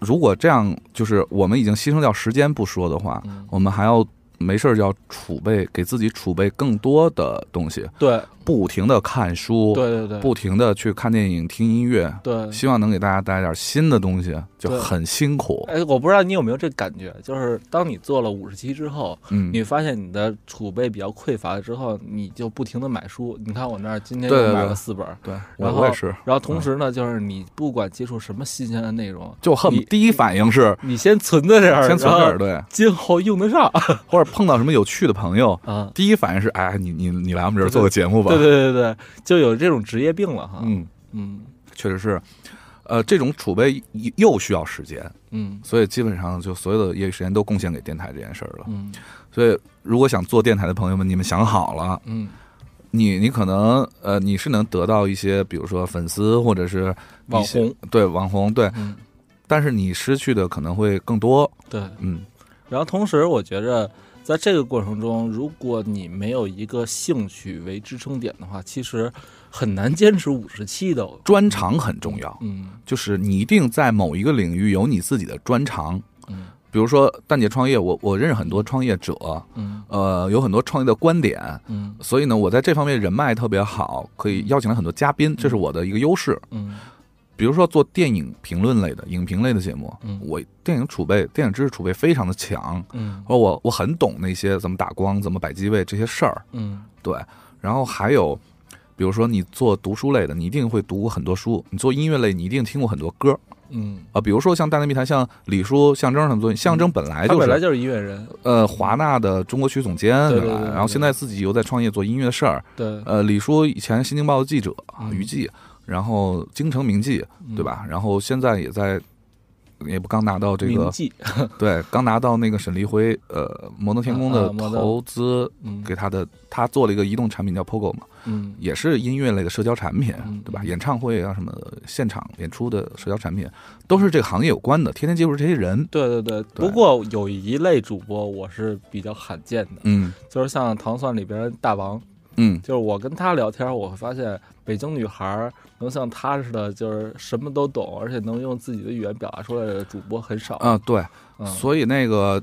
如果这样，就是我们已经牺牲掉时间不说的话，嗯我们还要没事儿就要储备，给自己储备更多的东西，对不停的看书，对对对，不停的去看电影、听音乐，对。希望能给大家带来点新的东西，就对很辛苦。哎，我不知道你有没有这感觉，就是当你做了五十期之后，嗯，你发现你的储备比较匮乏了之后，你就不停的买书。你看我那儿今天对对又买对了四本儿，对，然我后我也是，嗯然后同时呢，就是你不管接触什么新鲜的内容，就恨不你第一反应是你先存在这啊儿，先存这然儿，后对，今后用得 上或者碰到什么有趣的朋友。啊。第一反应是，哎，你你你来我们这儿对对做个节目吧。对对对对，就有这种职业病了哈。嗯，嗯确实是，呃，这种储备又又需要时间，嗯所以基本上就所有的业余时间都贡献给电台这件事儿了。嗯所以，如果想做电台的朋友们，你们想好了，嗯，你你可能呃，你是能得到一些，比如说粉丝或者是网一些红，对网红对，嗯但是你失去的可能会更多。对。嗯然后同时，我觉着在这个过程中，如果你没有一个兴趣为支撑点的话，其实很难坚持五十期的。专长很重要，嗯就是你一定在某一个领域有你自己的专长。嗯比如说蛋姐创业，我我认识很多创业者，嗯呃，有很多创业的观点，嗯所以呢，我在这方面人脉特别好，可以邀请来很多嘉宾，这是我的一个优势。嗯比如说做电影评论类的、影评类的节目，嗯我电影储备、电影知识储备非常的强，嗯而我我很懂那些怎么打光、怎么摆机位这些事儿。嗯对，然后还有，比如说你做读书类的，你一定会读过很多书；你做音乐类，你一定听过很多歌嗯，啊、比如说像《大内密谈》、像李叔、象征他们作品，象征本来他就本来是就是音乐人，呃华纳的中国区总监，对对吧对对对然后现在自己又在创业做音乐的事儿。对呃，李叔以前《新京报》的记者啊，嗯娱记，然后京城名记，对？吧？然后现在也在，也不刚拿到这铭个，记，对，刚拿到那个沈立辉，呃，摩登天空啊的啊摩登投资嗯给他的，他做了一个移动产品叫 POGO 嘛，嗯也是音乐类的社交产品嗯， 对吧？嗯演唱会啊，什么现场演出的社交产品，都是这个行业有关的，天天接触这些人，对对对，不过有一类主播我是比较罕见的，嗯就是像《糖蒜》里边大王，嗯，就是我跟他聊天，我会发现北京女孩儿能像他似的，就是什么都懂，而且能用自己的语言表达出来的主播很少。啊，对，嗯，所以那个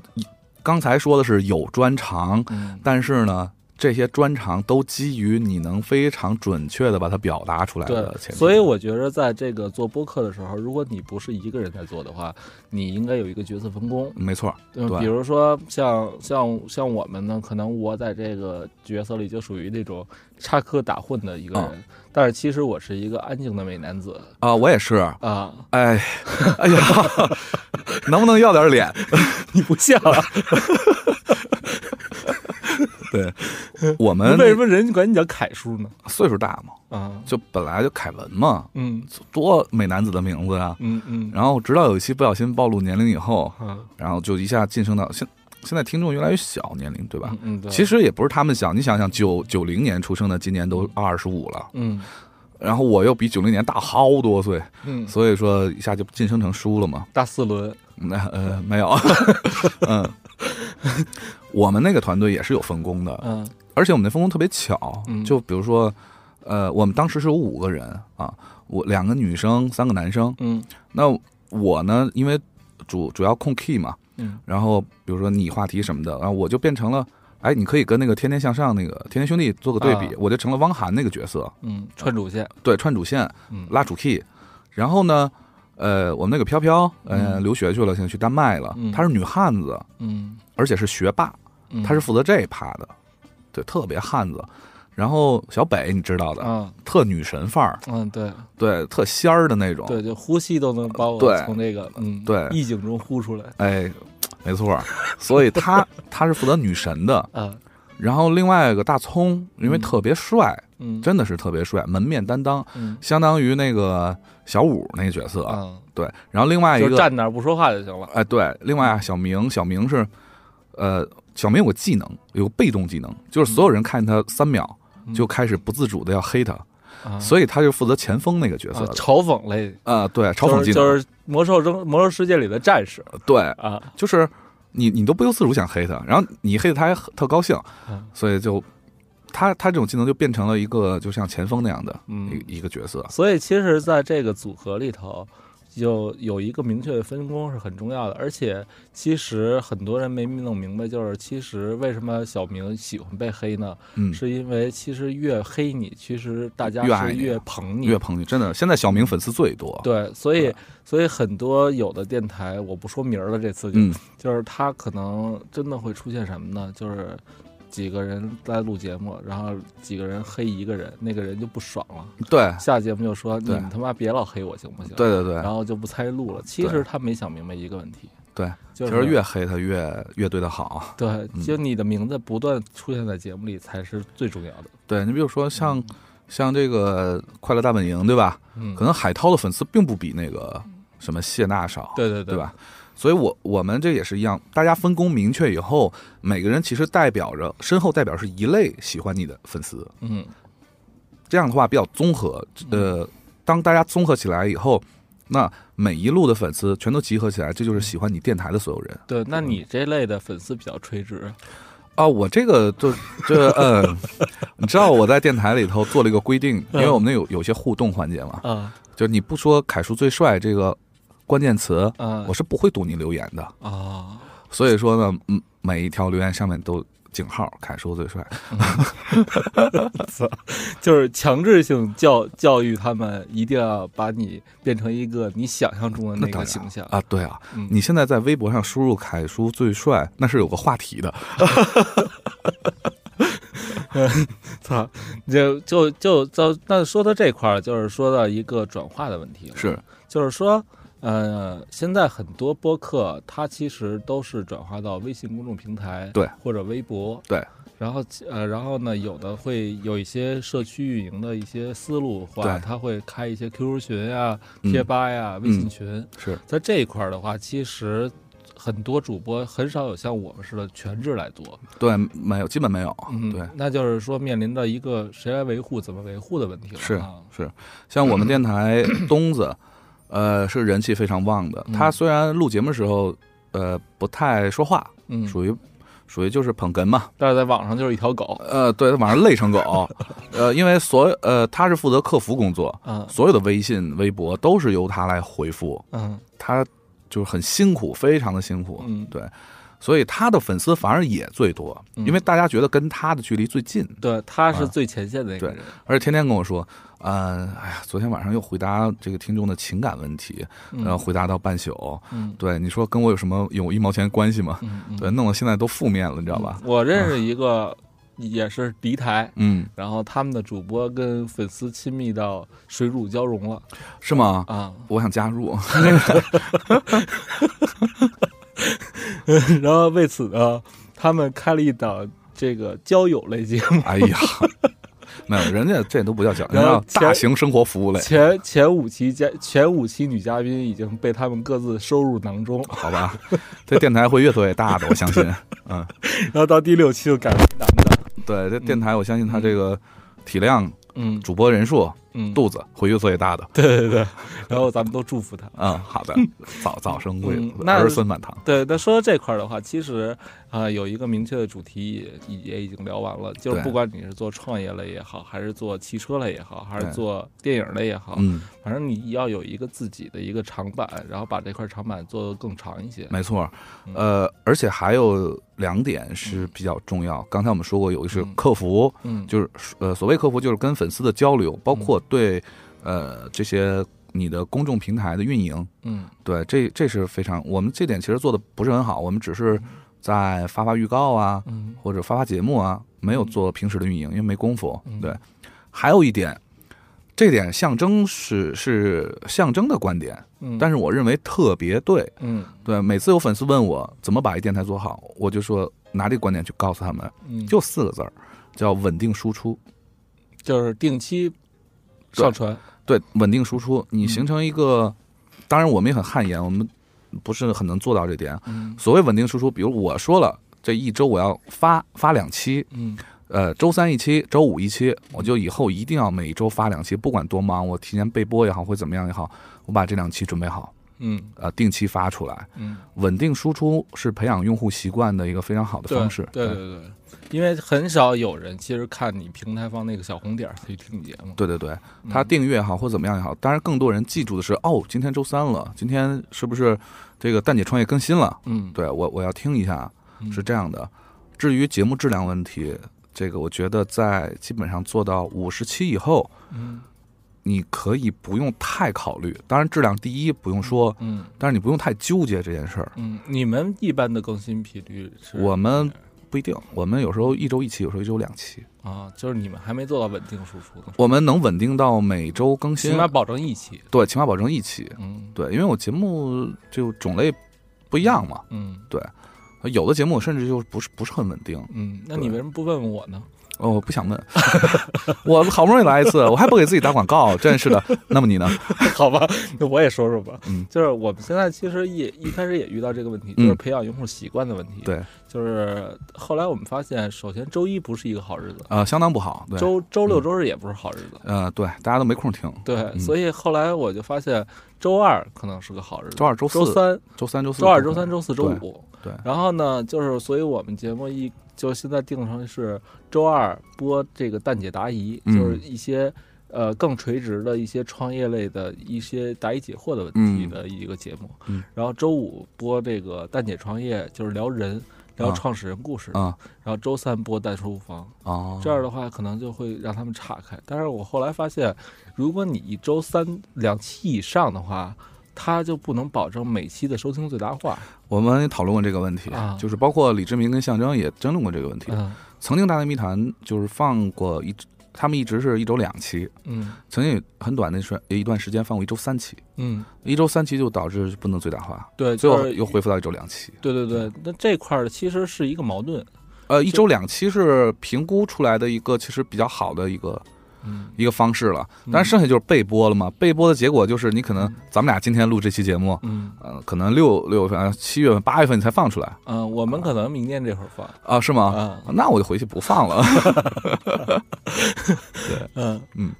刚才说的是有专长，嗯但是呢，这些专长都基于你能非常准确的把它表达出来对的前，提。所以我觉着在这个做播客的时候，如果你不是一个人在做的话，你应该有一个角色分工。没错，嗯对比如说像像像我们呢，可能我在这个角色里就属于那种插科打诨的一个人，但是其实我是一个安静的美男子啊、我也是，啊，哎， 哎呀，能不能要点脸？你不像啊，对，我们 为什么人管你叫凯叔呢？岁数大嘛，啊，就本来就凯文嘛，嗯多美男子的名字啊。嗯嗯然后直到有一期不小心暴露年龄以后，啊，然后就一下晋升到现现在听众越来越小年龄，对吧？嗯嗯，对其实也不是他们小，你想想，九九零年出生的，今年都二十五了，嗯然后我又比九零年大好多岁，嗯，所以说一下就晋升成叔了嘛。大四轮，那呃没有， 嗯， 我们那个团队也是有分工的，嗯而且我们那分工特别巧嗯，就比如说，呃，我们当时是有五个人啊，我两个女生，三个男生。嗯那我呢，因为主主要控 key 嘛，嗯然后比如说你话题什么的，然后我就变成了，哎，你可以跟那个《天天向上》那个《天天兄弟》做个对啊比，我就成了汪涵那个角色，嗯，串主线，对，串主线，嗯拉主 key，然后呢，呃，我们那个飘飘，呃，留学去了，现在去丹麦了嗯，她是女汉子，嗯，而且是学霸，嗯她是负责这一趴的，对，特别汉子。然后小北你知道的，啊特女神范儿，嗯对对，特仙儿的那种，对，就呼吸都能把我对从这个嗯对意境中呼出来哎，没错儿，所 以她她是负责女神的。啊，然后另外一个大葱，因为嗯特别帅，嗯真的是特别帅，门面担当，嗯相当于那个小五那个角色，啊。对。然后另外一就个站那儿不说话就行了。哎，对，另外啊，小明，小明是，呃，小明有个技能，有个被动技能，就是所有人看见他三秒嗯就开始不自主的要黑他，啊所以他就负责前锋那个角啊色的嘲讽类，啊，对，嘲讽技就是能，就是魔兽争魔兽世界里的战士对，啊，就是你你都不由自主想黑他，然后你黑他还特高兴，嗯所以就他他这种技能就变成了一个就像前锋那样的嗯一一个角色，所以其实在这个组合里头，有有一个明确的分工是很重要的。而且其实很多人没弄明白，就是其实为什么小明喜欢被黑呢？嗯，是因为其实越黑你，其实大家越爱是你啊越捧你岳。鹏宇真的现在小明粉丝最多，对，所以对所以很多有的电台，我不说名儿了，这次就嗯就是他可能真的会出现什么呢？就是几个人在录节目，然后几个人黑一个人，那个人就不爽了，对下节目就说你对们他妈别老黑我行不行？，对对对然，后就不参与录了。其实他没想明白一个问题，对，就其是实越黑他越越对他好。对，嗯就你的名字不断出现在节目里才是最重要的。对你比如说像像这个《快乐大本营》，对吧？嗯，可能海涛的粉丝并不比那个什么谢娜少，对对对？吧？所以我，我们这也是一样，大家分工明确以后，每个人其实代表着身后代表是一类喜欢你的粉丝，嗯这样的话比较综合。呃，当大家综合起来以后，那每一路的粉丝全都集合起来，这就是喜欢你电台的所有人。对，那你这类的粉丝比较垂直，啊，我这个就就嗯， 你知道我在电台里头做了一个规定，因为我们那有有些互动环节嘛，啊就是你不说凯叔最帅这个关键词，啊我是不会读你留言的。啊！所以说呢，嗯，每一条留言上面都井号，凯叔最帅。就是强制性教教育他们，一定要把你变成一个你想象中的那那当个然形象。啊，对啊，嗯你现在在微博上输入“凯叔最帅”，那是有个话题的。操，就就就就那说到这块儿，就是说到一个转化的问题了，是，就是说，呃，现在很多播客它其实都是转化到微信公众平台，对，或者微博，对。然后呃，然后呢，有的会有一些社区运营的一些思路化，对他会开一些 QQ 群啊、嗯贴吧呀、微信嗯群，是在这一块儿的话，其实很多主播很少有像我们似的全职来做，对，没有，基本没有。嗯，对，，那就是说面临着一个谁来维护、怎么维护的问题了啊。是，像我们电台东子，呃，是人气非常旺的。他嗯虽然录节目时候，呃，不太说话，嗯，属于属于就是捧哏嘛，但是在网上就是一条狗，呃，对他晚上累 成狗，呃，因为所有呃他是负责客服工作，嗯所有的微信、微博都是由他来回复，嗯他就是很辛苦，非常的辛苦，嗯，对，所以他的粉丝反而也最多，嗯因为大家觉得跟他的距离最近，对，他是最前线的一个人，而且天天跟我说，嗯、哎呀，昨天晚上又回答这个听众的情感问题，然后嗯回答到半宿，嗯对，你说跟我有什么有一毛钱关系吗？嗯嗯，对，弄得现在都负面了，你知道吧？我认识一个也是敌台，嗯，然后他们的主播跟粉丝亲密到水乳交融了是吗？啊，我想加入， 然后为此呢，他们开了一档这个交友类节目。哎呀，没有，人家这都不叫讲，人然家后叫前大型生活服务类，前前五期嘉前五期女嘉宾已经被他们各自收入囊中，好吧？这电台会越做越大的，我相信。嗯，然后到第六期就改为男的。对，这电台我相信它这个体量、 嗯主播人数、嗯，肚子会越做越大的。对对对，然后咱们都祝福他。啊嗯，好 的，早早生贵嗯子，那儿孙满堂。对，那说到这块儿的话，其实啊、有一个明确的主题也也已经聊完了，就是对不管你是做创业类也好，还是做汽车类也好，还是对做电影类也好，嗯，反正你要有一个自己的一个长板，然后把这块长板做得更长一些。没错儿嗯。呃，而且还有两点是比较重要。刚才我们说过，有一个是嗯客服，嗯，就是呃，所谓客服就是跟粉丝的交流，包括对呃这些你的公众平台的运营，嗯对，这这是非常，我们这点其实做的不是很好，我们只是在发发预告啊，嗯或者发发节目啊，没有做平时的运营，因为没功夫嗯。对，还有一点，这点象征是是象征的观点，嗯，但是是我认为特别对。嗯对，每次有粉丝问我怎么把一电台做好，我就说拿这个观点去告诉他们，嗯，就四个字儿，叫稳定输出。就是定期对上传。对，稳定输出，你嗯形成一个，当然我们也很汗颜，我们不是很能做到这点。嗯所谓稳定输出，比如我说了，这一周我要发发两期，嗯呃，周三一期，周五一期，我就以后一定要每周发两期，不管多忙，我提前备播也好，或怎么样也好，我把这两期准备好，嗯呃，定期发出来。嗯，稳定输出是培养用户习惯的一个非常好的对方式。嗯对对对，因为很少有人其实看你平台方那个小红点儿可以听你节目。对对对，他嗯订阅也好或怎么样也好，当然更多人记住的是，哦，今天周三了，今天是不是这个蛋姐创业更新了？嗯，对我我要听一下，嗯是这样的。至于节目质量问题，这个我觉得在基本上做到五十期以后，嗯你可以不用太考虑。当然，质量第一不用说，嗯但是你不用太纠结这件事儿。嗯，你们一般的更新频率是？我们不一定，我们有时候一周一期，有时候一周两期，啊，就是你们还没做到稳定输出呢，我们能稳定到每周更起新码，保证一期。对，起码保证一期。嗯对，因为我节目就种类不一样嘛，嗯有的节目甚至就不是不是很稳定。嗯，那你对为什么不问问我呢？哦，我不想问，我好不容易来一次，我还不给自己打广告，真是的。那么你呢？ 好吧，那我也说说吧。嗯就是我们现在其实也一开始也遇到这个问题，就嗯是培养用户习惯的问题。对，就是后来我们发现，首先周一不是一个好日子，呃，相当不好。对，周周六周日也不是好日子。呃，对，大家都没空听。嗯嗯对，所以后来我就发现，周二可能是个好日子，周二、周四、周三、周三、周四、周二、周三、周四、周对五。对然后呢，就是所以我们节目一就现在定成是周二播这个蛋姐答疑，嗯就是一些呃更垂直的一些创业类的一些答疑解惑的问题嗯的一个节目。嗯然后周五播这个蛋姐创业，就是聊人。聊啊创始人故事，啊然后周三播蛋书房，哦，这样的话可能就会让他们岔开。但是我后来发现，如果你一周三两期以上的话，它就不能保证每期的收听最大化。我们也讨论过这个问题，啊就是包括李志明跟象征也争论过这个问题。嗯曾经《大内密谈》就是放过一，他们一直是一周两期，嗯曾经有很短的时一段时间放过一周三期，嗯，一周三期就导致不能最大化，对，最就后是嗯又恢复到一周两期。对对对，那这块儿其实是一个矛盾。呃，一周两期是评估出来的一个其实比较好的一个嗯，一个方式了，但是是剩下就是备播了嘛。备播的结果就是你可能嗯咱们俩今天录这期节目，嗯呃，可能六六月份、呃七月份、八月份你才放出来嗯、我们可能明年这会儿放啊，是吗？啊那我就回去不 放了。 嗯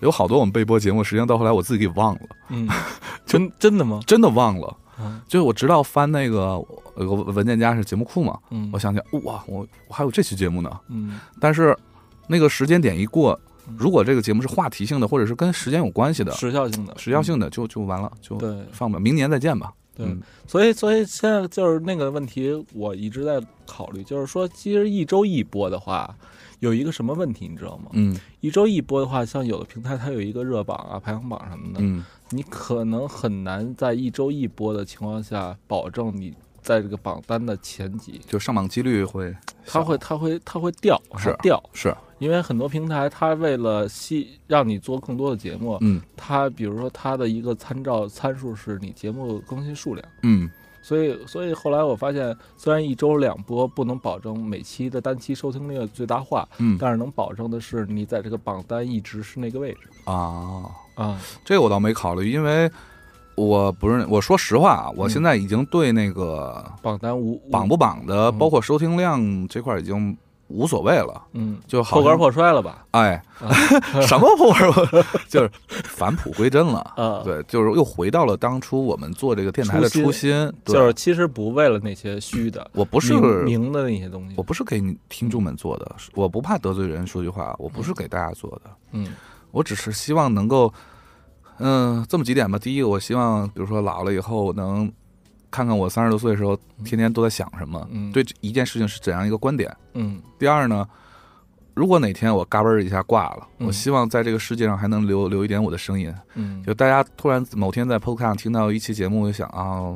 有好多我们备播节目，实际上到后来我自己给忘了，嗯， 真真的吗？真的忘了。啊就是我直到翻那个有个文件夹是节目库嘛，嗯我想起来哇，我我还有这期节目呢。嗯但是那个时间点一过嗯，如果这个节目是话题性的，或者是跟时间有关系的、啊时效性的时效性的，就就完了，就嗯对放吧，明年再见吧。对，嗯所以，所以现在就是那个问题，我一直在考虑，就是说，其实一周一播的话，有一个什么问题，你知道吗？嗯一周一播的话，像有的平台它有一个热榜啊、排行榜什么的，嗯，你可能很难在一周一播的情况下，保证你在这个榜单的前几，就上榜几率会它会，它会，它会掉，啊是啊它掉，是因为很多平台它为了吸让你做更多的节目，嗯它比如说它的一个参照参数是你节目更新数量。嗯所以，所以后来我发现，虽然一周两播不能保证每期的单期收听率最大化，嗯但是能保证的是你在这个榜单一直是那个位置啊，啊。这个我倒没考虑，因为我不是我说实话啊，我嗯现在已经对那个榜单无无榜不榜的，嗯包括收听量这块儿已经无所谓了，嗯就好破罐像破摔了吧？哎啊， 什么破罐破，就是返璞归真了。啊，，对，就是又回到了当初我们做这个电台的初初心。对啊就是其实不为了那些虚的、我不是明嗯明的那些东西我。不是给你听众们做的，是我不怕得罪人。说句话，我不是给大家做的，嗯我只是希望能够，嗯，这么几点吧。第一个，我希望比如说老了以后，我能看看我三十多岁的时候，天天都在想什么，嗯对这一件事情是怎样一个观点。嗯第二呢，如果哪天我嘎嘣儿一下挂了，嗯我希望在这个世界上还能留留一点我的声音。嗯，就大家突然某天在 Podcast 上听到一期节目，就想啊，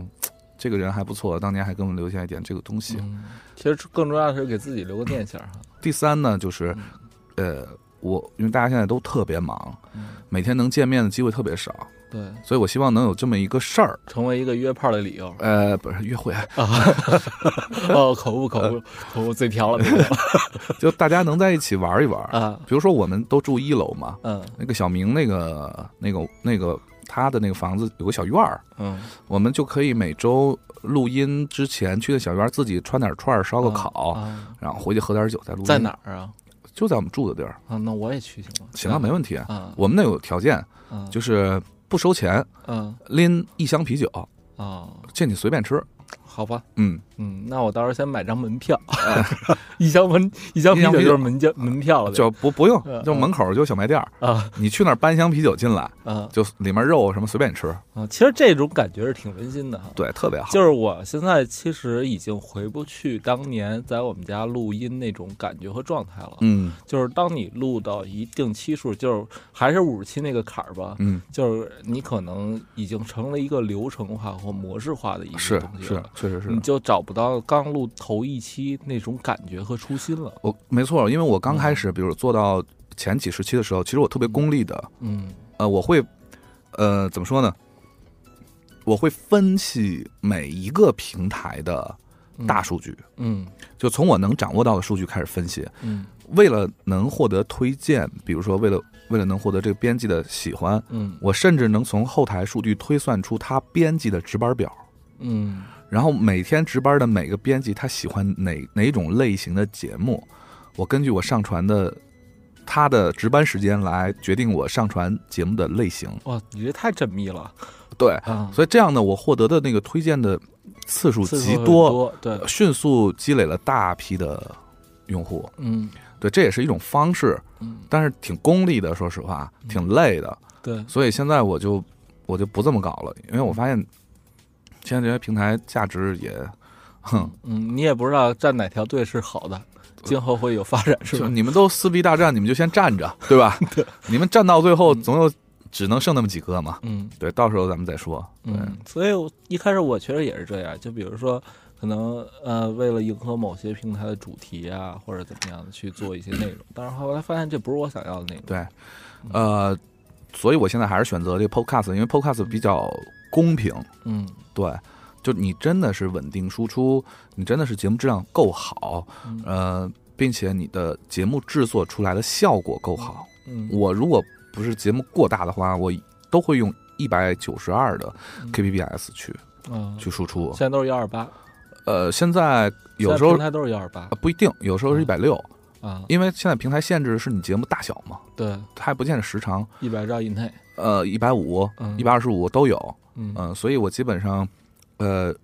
这个人还不错，当年还给我们留下一点这个东西。嗯其实更重要的是给自己留个念想哈。第三呢，就是呃，我因为大家现在都特别忙，嗯，每天能见面的机会特别少，对，所以我希望能有这么一个事儿，成为一个约炮的理 由。呃，不是约会，哦，口误口误口误，嘴瓢了嘴瓢了就大家能在一起玩一玩。 啊。比如说，我们都住一楼嘛，嗯那个小明那个那个那个他的那个房子有个小院儿，嗯我们就可以每周录音之前去那小院儿自己穿点串儿，烧个烤，啊，然后回去喝点酒再录音。在哪儿啊？就在我们住的地儿。啊，那我也去行吗？行啊，没问题。啊，我们那有条件，啊就是不收钱，嗯拎一箱啤酒，啊，这你随便吃。好吧，嗯，嗯，那我到时候先买张门 票，一箱门一箱啤酒就是门票门票了就不不用，嗯就门口就小卖店儿，啊你去那儿搬一箱啤酒进来，啊就里面肉什么随便吃，啊！其实这种感觉是挺温馨的哈。对，特别好。就是我现在其实已经回不去当年在我们家录音那种感觉和状态了。嗯就是当你录到一定期数，就是还是五十期那个坎儿吧，嗯，就是你可能已经成了一个流程化或模式化的一是个嗯东西啊嗯是了，，确实是你。就找不到刚录头一期那种感觉和初心了。我没错，因为我嗯刚开始，比如做到前几十期的时候，其实我特别功利的，嗯呃，我会，呃，怎么说呢？我会分析每一个平台的大数据，嗯就从我能掌握到的数据开始分析。嗯为了能获得推荐，比如说为了为了能获得这个编辑的喜欢，嗯我甚至能从后台数据推算出他编辑的值班表，嗯然后每天值班的每个编辑他喜欢哪哪种类型的节目，我根据我上传的他的值班时间来决定我上传节目的类型。哇，你这太缜密了对，啊！所以这样呢，我获得的那个推荐的次数次数极很多，呃对，迅速积累了大批的用户。嗯，对，这也是一种方式嗯，但是挺功利的，说实话，挺累的。对，所以现在我就我就不这么搞了，因为我发现现在这些平台价值也，哼，嗯，你也不知道站哪条队是好的，今后会有发展是就吧？你们都撕逼大战，你们就先站 着，对吧？对，你们站到最后总有只能剩那么几个嘛。嗯对，到时候咱们再说。对，嗯，所以我一开始我确实也是这样，就比如说。可能呃，为了迎合某些平台的主题啊，或者怎么样的去做一些内容， 但是后来发现这不是我想要的内容。对，呃，所以我现在还是选择这个 Podcast，因为 Podcast 比较公平。嗯对，就你真的是稳定输出，你真的是节目质量够好，嗯呃，并且你的节目制作出来的效果够好。嗯我如果不是节目过大的话，我都会用一百九十二的嗯 kbps 去嗯，去输出现。在都是幺二八，呃，现在有时候平。台都是幺二八呃不一定，有时候是一嗯百六，啊，因为现在平台限制是你节目大小嘛，对，它还不限制时长，一百兆以内，呃，一百五、嗯一百二十五都有，嗯嗯、所以我基本上，呃，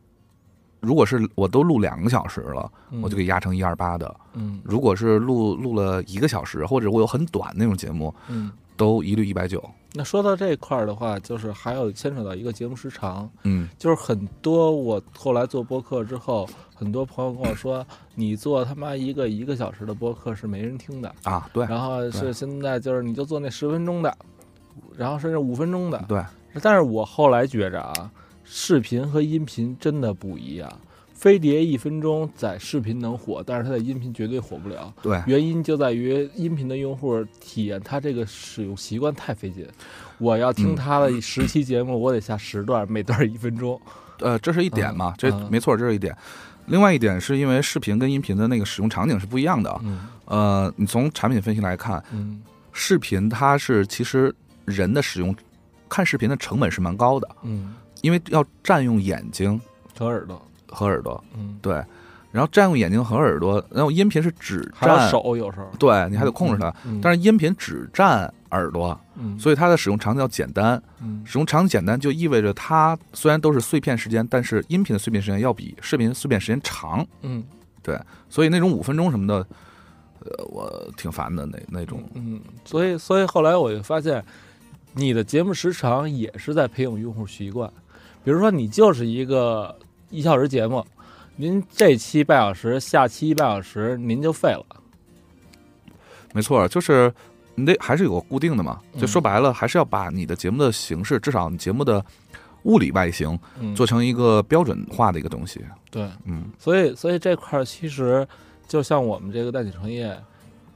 如果是我都录两个小时了，嗯我就给压成一二八的。嗯如果是录录了一个小时，或者我有很短那种节目，嗯。都一律一百九。那说到这一块儿的话，就是还有牵扯到一个节目时长，嗯，就是很多我后来做播客之后，很多朋友跟我说，你做他妈一个一个小时的播客是没人听的，啊，对然后是对现在就是你就做那十分钟的，然后甚至五分钟的，对，但是我后来觉着啊，视频和音频真的不一样。飞碟一分钟在视频能火，但是它在音频绝对火不了。对，原因就在于音频的用户体验它这个使用习惯太费劲。我要听嗯它的十期节目，我得下十段，每段一分钟。呃，这是一点嘛，这嗯没错，这是一点。另外一点是因为视频跟音频的那个使用场景是不一样的。嗯呃，你从产品分析来看，嗯视频它是其实人的使用，看视频的成本是蛮高的，嗯，因为要占用眼睛扯耳朵，和耳朵。嗯，对，然后占用眼睛和耳朵，然后音频是只还有占，手有时候。对你还得控制它，嗯，但是音频只占耳朵，嗯，所以它的使用场景要简单。嗯使用场景简单就意味着它虽然都是碎片时间，但是音频的碎片时间要比视频的碎片时间长，嗯所以那种五分钟什么的，呃，我挺烦的那那种。嗯，所以所以后来我就发现，你的节目时长也是在培养用户习惯。比如说，你就是一个一小时节目，您这期半小时，下期一半小时，您就废了。没错，就是你得还是有个固定的嘛，嗯就说白了，还是要把你的节目的形式，至少你节目的物理外形，嗯，做成一个标准化的一个东西。对，嗯，所以所以这块儿其实就像我们这个淡水创业，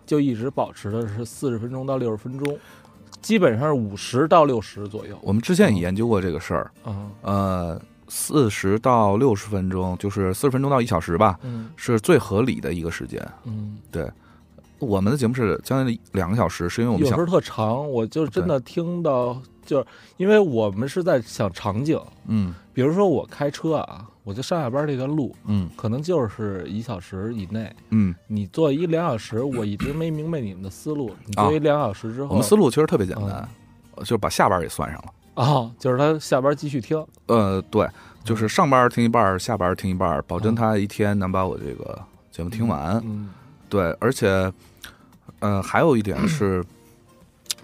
就一直保持的是四十分钟到六十分钟，基本上是五十到六十左右。我们之前也研究过这个事儿，嗯呃，四十到六十分钟，就是四十分钟到一小时吧，嗯是最合理的一个时间。嗯，我们的节目是将近两个小时，是因为我们有时候，想特长，我就真的听到，就是因为我们是在想场景，嗯比如说我开车啊，我就上下班这段路，嗯可能就是一小时以内。嗯，你做一两小时，我一直没明白你们的思路。你做一两小时之后，啊我们思路其实特别简单呃嗯，就是把下班儿也算上了。啊、就是他下班继续听，呃，对，嗯就是上班儿听一半儿，下班儿听一半儿，保证他一天能把我这个节目听完。嗯对，而且，呃，还有一点是，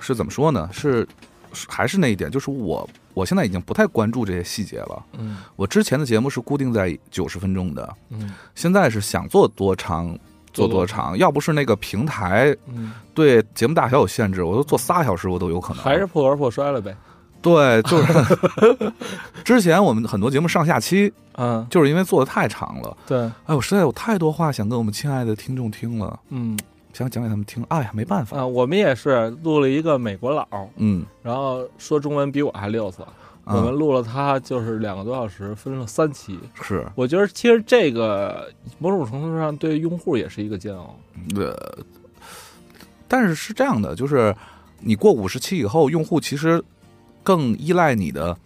是怎么说呢？是是还是那一点，就是我我现在已经不太关注这些细节了。嗯我之前的节目是固定在九十分钟的，嗯现在是想做多长做做多多长，要不是那个平台嗯，对节目大小有限制，我都做仨小时我都有可能。还是破罐破摔了呗。对，就是 之前我们很多节目上下期嗯，就是因为做的太长了，对，哎，我实在有太多话想跟我们亲爱的听众听了，嗯想讲给他们听，哎呀，没办法，啊，我们也是录了一个美国佬，嗯，然后说中文比我还溜索。啊我们录了他就是两个多小时，分了三期。是我觉得其实这个某种程度上对用户也是一个煎熬。呃，但是是这样的，就是你过五十期以后，用户其实更依赖你的，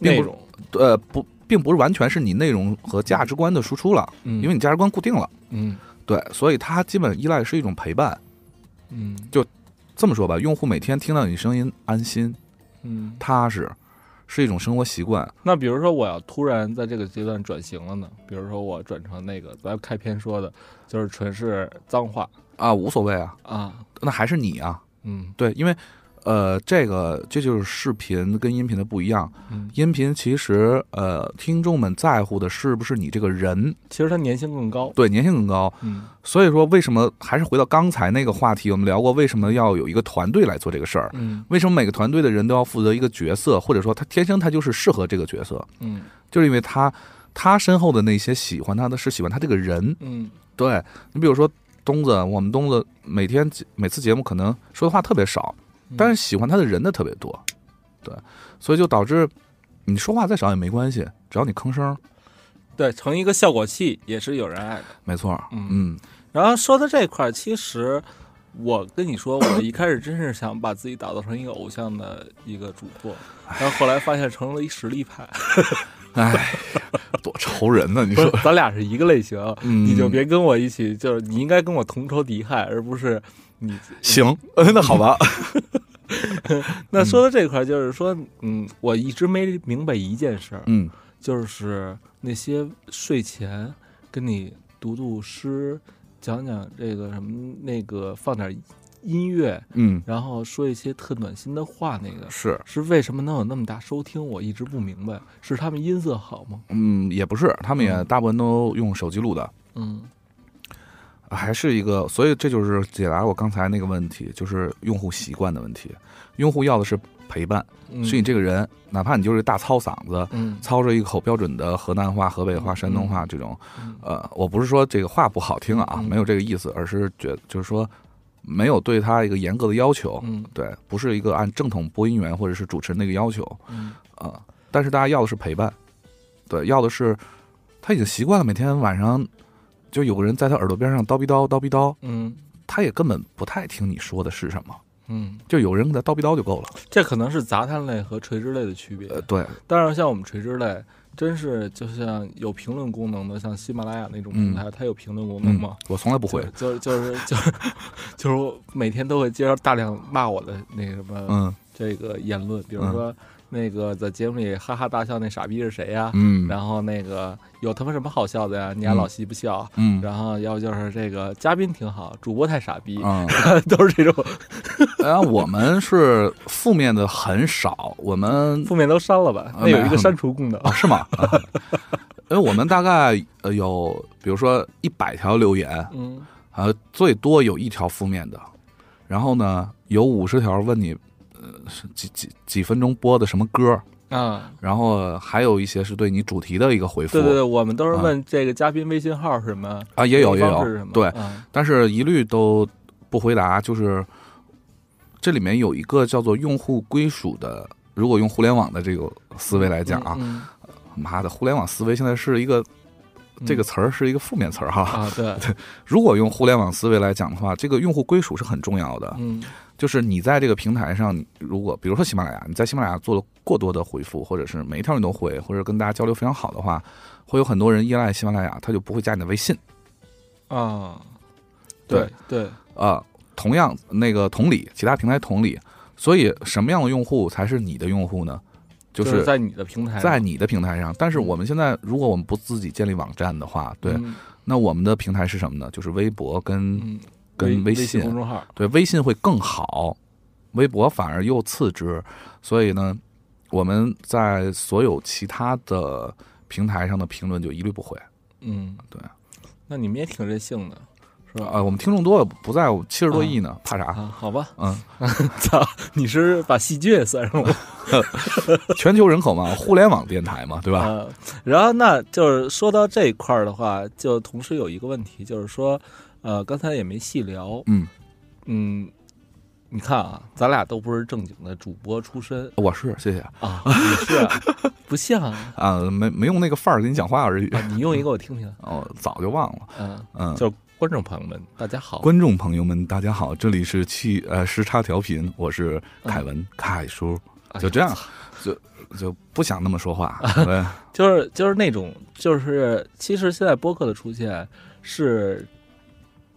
并内不容，呃不，并不是完全是你内容和价值观的输出了，嗯因为你价值观固定了，嗯对，所以它基本依赖是一种陪伴。嗯这么说吧，用户每天听到你声音安心嗯踏实，是一种生活习惯。那比如说，我要突然在这个阶段转型了呢？比如说，我转成那个咱开篇说的，就是纯是脏话啊，无所谓啊，啊，那还是你啊。嗯对，因为呃，这个这就是视频跟音频的不一样。嗯，音频其实呃，听众们在乎的是不是你这个人，其实它粘性更高，对粘性更高。嗯所以说，为什么还是回到刚才那个话题，我们聊过为什么要有一个团队来做这个事儿？嗯为什么每个团队的人都要负责一个角色，或者说他天生他就是适合这个角色，嗯就是因为他他身后的那些喜欢他的是喜欢他这个人。嗯对你比如说东子，我们东子每天每次节目可能说的话特别少，嗯，但是喜欢他的人的特别多，对，所以就导致你说话再少也没关系，只要你吭声儿，对成一个效果器也是有人爱的。没错儿，嗯嗯然后说到这块儿，其实我跟你说，我一开始真是想把自己打造成一个偶像的一个主播，然后后来发现成了一实力派。哎， 多愁人呢、你不是说，，咱俩是一个类型，嗯你就别跟我一起，就是你应该跟我同仇敌忾，而不是你。行，嗯，那好 吧，嗯那说到这块儿，就是说，嗯，我一直没明白一件事儿，嗯就是那些睡前跟你读读诗，讲讲这个什么那个，放点音乐，嗯，然后说一些特暖心的话，那个是，是为什么能有那么大收听？我一直不明白，是他们音色好吗？嗯，也不是，他们也嗯大部分都用手机录的，嗯还是一个，所以这就是解答我刚才那个问题，就是用户习惯的问题，用户要的是陪伴，嗯，是你这个人，哪怕你就是大糙嗓子。嗯操着一口标准的河南话、河北话、山东话这种，嗯呃，我不是说这个话不好听啊，嗯没有这个意思，而是觉就是说没有对他一个严格的要求，嗯对，不是一个按正统播音员或者是主持人的一个要求嗯啊、呃但是大家要的是陪伴，对，要的是他已经习惯了每天晚上就有个人在他耳朵边上叨逼叨叨逼叨，嗯他也根本不太听你说的是什么，嗯，就有人给他叨逼叨就够了。这可能是杂谈类和垂直类的区别。呃，对，当然，像我们垂直类，真是就像有评论功能的，像喜马拉雅那种平台，它有评论功能嗯吗？，我从来不会，就就是就是就是我每天都会接到大量骂我的那个什么嗯这个言论，比如嗯说那个在节目里哈哈大笑那傻逼是谁呀？嗯然后那个有他妈什么好笑的呀？你还嗯老嬉不笑。嗯然后要不就是这个嘉宾挺好，主播太傻逼，嗯。 都是这种然后我们是负面的很少，我们负面都删了吧？啊那有一没个有删除功能啊。是吗？啊因为我们大概呃有，比如说一百条留言，嗯呃，最多有一条负面的，然后呢有五十条问你，呃，是几几几分钟播的什么歌，啊，然后还有一些是对你主题的一个回复，对对对，我们都是啊问这个嘉宾微信号是什么，啊也有也联系方式是什有么，对，嗯但是一律都不回答，就是这里面有一个叫做用户归属的，如果用互联网的这个思维来讲啊，嗯妈的，互联网思维现在是一个嗯这个词儿是一个负面词儿哈。 啊，对，如果用互联网思维来讲的话，这个用户归属是很重要的。嗯就是你在这个平台上，你如果比如说喜马拉雅，你在喜马拉雅做了过多的回复，或者是每一条你都回，或者跟大家交流非常好的话，会有很多人依赖喜马拉雅，他就不会加你的微信啊，对对，啊、同样，那个同理，其他平台同理，所以什么样的用户才是你的用户呢？就就是是在你的平台上，在你的平台上。但是我们现在，如果我们不自己建立网站的话，对，嗯那我们的平台是什么呢？就是微博跟、嗯，跟微信，公众号，对，微信会更好，微博反而又次之。所以呢，我们在所有其他的平台上的评论就一律不回。嗯，对。那你们也挺任性的，是吧？啊，我们听众多了，不在乎七十多亿呢，怕啥？啊，好吧，嗯， 操，你是把细菌也算上了全球人口嘛，互联网电台嘛，对吧？啊？然后那就是说到这一块儿的话，就同时有一个问题，就是说，呃，刚才也没细聊，嗯，嗯，你看啊，咱俩都不是正经的主播出身我是谢谢啊，你是啊不像啊啊，没没用那个范儿跟你讲话 而已。啊，你用一个我听听，哦，早就忘了。嗯，嗯，就是观众朋友们，大家好，观众朋友们，大家好，这里是气呃时差调频，我是凯文、凯叔，哎呀就这样，就就不想那么说 话，对，就是就是那种，就是其实现在播客的出现是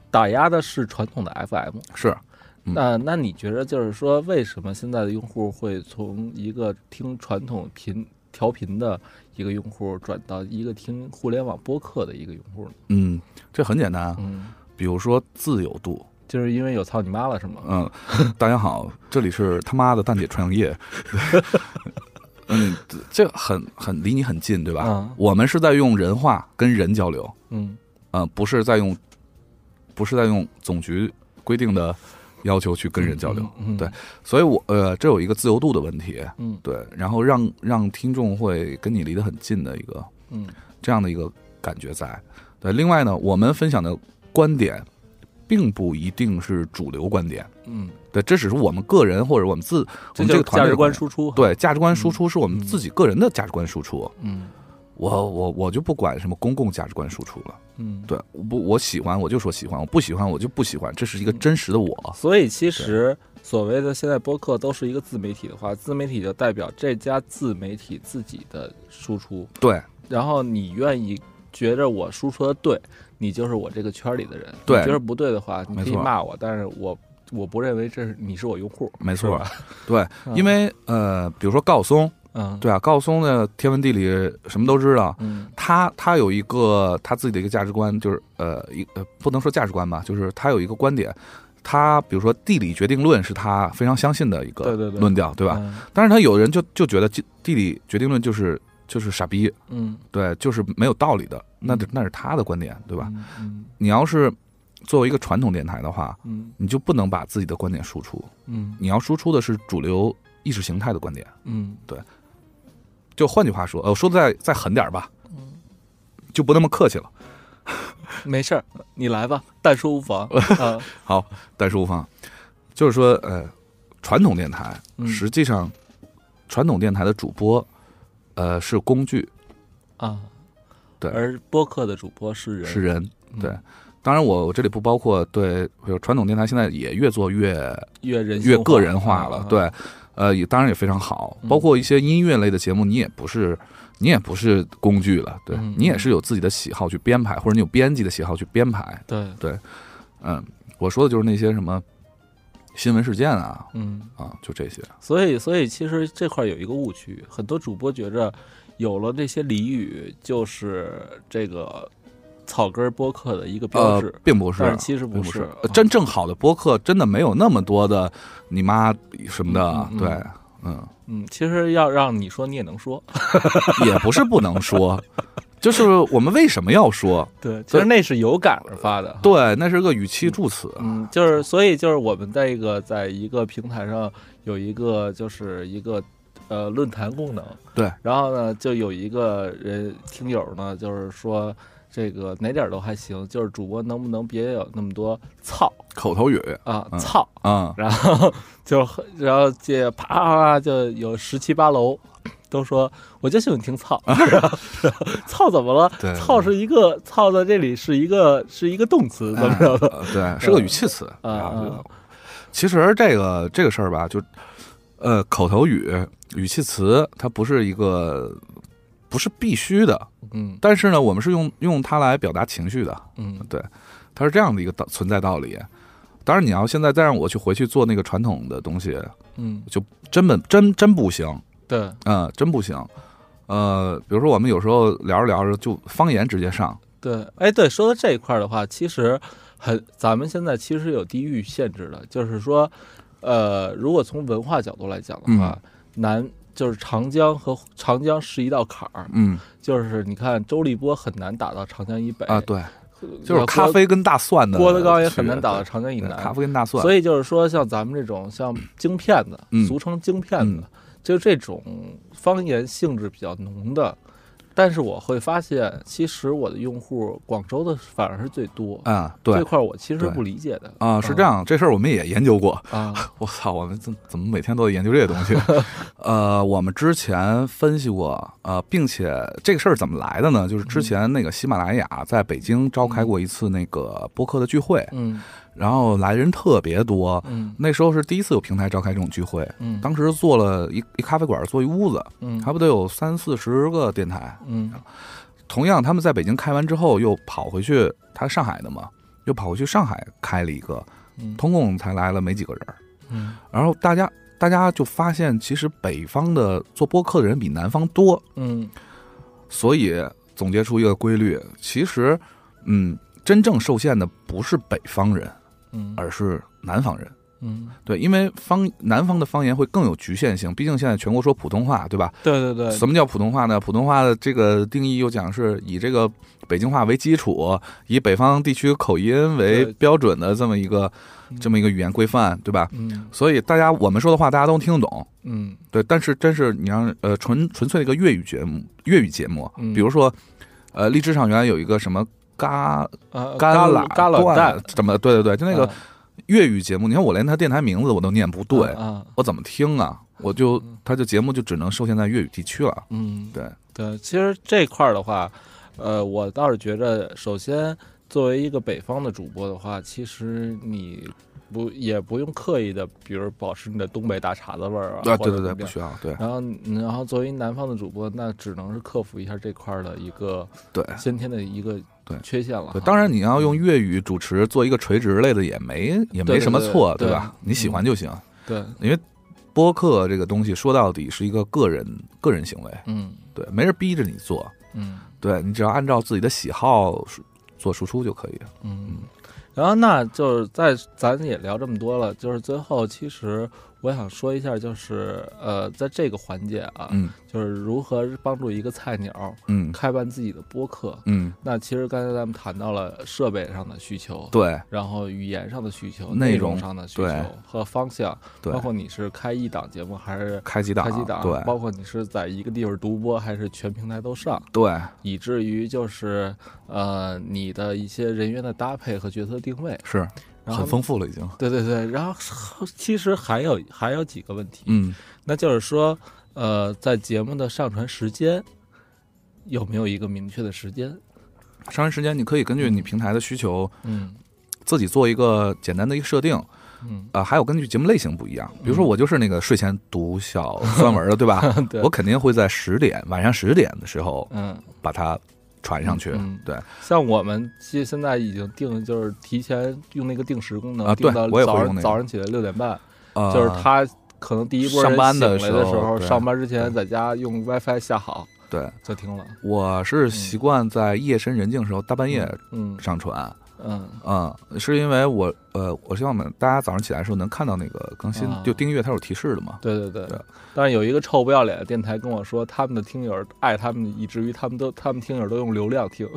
打压的是传统的 FM，是，嗯那那你觉得就是说，为什么现在的用户会从一个听传统频调频的一个用户转到一个听互联网播客的一个用户呢？嗯，这很简单啊，嗯，比如说自由度，就是因为有操你妈了是吗？ 嗯，大家好，这里是他妈的蛋姐创业。 嗯，这这很很离你很近，对吧？嗯我们是在用人话跟人交流，嗯呃，不是在用，不是在用总局规定的要求去跟人交流。嗯，嗯对，所以我呃，这有一个自由度的问题，嗯对，然后让让听众会跟你离得很近的一个嗯这样的一个感觉在。对，另外呢，我们分享的观点，并不一定是主流观点。嗯，对，这只是我们个人或者我们自我这就们是这个团价队值的观观点输出。，对价值观输出是我们嗯自己个人的价值观输出。嗯我我我就不管什么公共价值观输出了。嗯，对，我不我喜欢我就说喜欢，我不喜欢我就不喜欢，这是一个真实的我。所以其实所谓的现在播客都是一个自媒体的话，自媒体就代表这家自媒体自己的输出，对然后你愿意觉着我输出的对，你就是我这个圈里的人；对你觉得不对的话，你没可以错骂我，但是我我不认为这是你是我用户，没是错吧，对，因为呃，比如说高松，嗯，对啊，高松的天文地理什么都知道。嗯他他有一个他自己的一个价值观，就是呃一呃不能说价值观吧，就是他有一个观点，他比如说地理决定论是他非常相信的一个对对对论调，对吧？嗯但是他有人就就觉得地地理决定论就是就是傻逼，嗯，对，就是没有道理的，那嗯那是他的观点，对吧？嗯？嗯你要是作为一个传统电台的话，嗯你就不能把自己的观点输出，嗯你要输出的是主流意识形态的观点。嗯就换句话说，呃，我说的再再狠点儿吧，就不那么客气了。嗯，没事儿，你来吧，但说无 妨。啊但是无妨，就是说，呃，传统电台嗯实际上，传统电台的主播，呃，是工具，啊，对而播客的主播是人，是人，嗯对当然我，我这里不包括对，比如传统电台现在也越做越越人性越个人化了啊，对，呃，也当然也非常好嗯，包括一些音乐类的节目，你也不是你也不是工具了，对嗯你也是有自己的喜好去编排，或者你有编辑的喜好去编排，对，嗯，我说的就是那些什么新闻事件啊嗯，啊，就这些，所以所以其实这块儿有一个误区，很多主播觉着有了这些俚语就是这个草根儿播客的一个标呃志，，并不是但是。其实并是啊是，呃真正好的播客真的没有那么多的你妈什么的啊嗯，嗯嗯对，嗯，嗯，其实要让你说你也能说，也不是不能说，就是我们为什么要说？ 对，其实对那是有感而发的，啊对，那是个语气助词，嗯，就是所以就是我们在一个在一个平台上有一个就是一个呃论坛功能，对，然后呢就有一个人听友呢就是说这个哪点儿都还行，就是主播能不能别有那么多操口头语啊嗯操，啊、然后就很然后这啪啪啪就有十七八楼。都说我就喜欢听操， 然后然后操怎么了 对？对操是一个操在这里是一个是一个动词，怎么着的？呃 对，是个语气词嗯然后嗯就其实这个这个事儿吧，就呃，口头语、语气词，它不是一个不是必须的，嗯但是呢，我们是用用它来表达情绪的，嗯它是这样的一个道存在道理。当然，你要现在再让我去回去做那个传统的东西，嗯，真本真真不行，对，嗯、真不行。呃，比如说我们有时候聊着聊着就方言直接上，对，哎，对，说到这一块儿的话，其实很，咱们现在其实有地域限制的，就是说，呃，如果从文化角度来讲的话，南就是长江和长江是一道坎儿，嗯就是你看周立波很难打到长江以北啊，，对，呃就是咖，啡跟大蒜的郭郭德纲也区很难别打到对长江以对南咖，啡跟大蒜，所以就是说，像咱们这种像京片子，嗯俗称京片子，就这种方言性质比较浓的。但是我会发现，其实我的用户广州的反而是最嗯多。啊、这对块儿我其实对不理解的啊、是这样，这事儿我们也研究过。啊，我操，我们怎怎么每天都在研究这些东 西？呃，我们之前分析过，呃，并且这个事儿怎么来的呢？就是嗯之前那个喜马拉雅在北京召开过一次那个播客的聚会，嗯然后来人特别多。嗯那时候是第一次有平台召开这种聚会，嗯，当时做了一一咖啡馆，做一屋子，嗯差不多有三四十个电台。嗯同样，他们在北京开完之后，又跑回去，他上海的嘛，又跑回去上海开了一个，嗯通共才来了没几个人儿。嗯然后大家大家就发现，其实北方的做播客的人比南方多，嗯所以总结出一个规律，其实，嗯，真正受限的不是北方人，嗯而是南方人。嗯，对，因为方南方的方言会更有局限性，毕竟现在全国说普通话，对吧？对对对，什么叫普通话呢？普通话的这个定义又讲是以这个北京话为基础，以北方地区口音为对标准的这么一个这么一个语言规范，对吧？嗯所以大家我们说的话大家都听得懂，嗯对。但是真是你让呃纯纯粹的一个粤语节目，粤语节目，嗯比如说呃荔枝上原来有一个什么嘎啊，嘎啦啦旮旯蛋，怎么对对对，就那个啊粤语节目，你看我连他电台名字我都念不对，啊，我怎么听啊？我就他这节目就只能受限在粤语地区了，嗯，对。对，其实这块儿的话，呃，我倒是觉着，首先作为一个北方的主播的话，其实你不也不用刻意的，比如保持你的东北大碴子味儿啊，啊，或者对对对，怎么不样需要，对然后你，然后作为南方的主播，那只能是克服一下这块儿的一个对先天的一个对缺陷了哈。对。当然，你要用粤语主持做一个垂直类的，也没对也没对什么对错，对吧？你喜嗯欢就行，对，因为播客这个东西说到底是一个个人个人行为，嗯对，没人逼着你做，嗯对你只要按照自己的喜好输做输出就可以了。嗯。然后，那就是在咱也聊这么多了，就是最后，其实我想说一下，就是呃，在这个环节啊，嗯就是如何帮助一个菜鸟嗯开办自己的播客。嗯，那其实刚才咱们谈到了设备上的需求，对然后语言上的需求、内内容容上的需对求和方向，对包，括你是开一档节目还是开机档，开机档，对包括你是在一个地方独播还是全平台都上，对以至于就是呃你的一些人员的搭配和角色定位，是然后很丰富了已经。对对对，然后其实还有还有几个问题，嗯，那就是说，呃，在节目的上传时间有没有一个明确的时间？上传时间你可以根据你平台的需求嗯自己做一个简单的一个设定，嗯，啊，还有根据节目类型不一样，比如说我就是那个睡前读小酸文的，对吧？ 对嗯我肯定会在十点晚上十点的时候嗯，把它传上去。嗯对像我们其实现在已经定，就是提前用那个定时功能，啊对定到我也会早上、用那个早上起来六点半，呃嗯就是他可能第一波人上班的醒来的时候对上班之前在家用 WiFi 下好对，就听了。我是习惯在夜深人静的时候大半夜嗯上传，嗯嗯，是因为我呃，我希望我们大家早上起来的时候能看到那个更新啊，就订阅它有提示的嘛。对对对对，但是有一个臭不要脸的电台跟我说，他们的听友爱他们，以至于他们都他们听友都用流量听。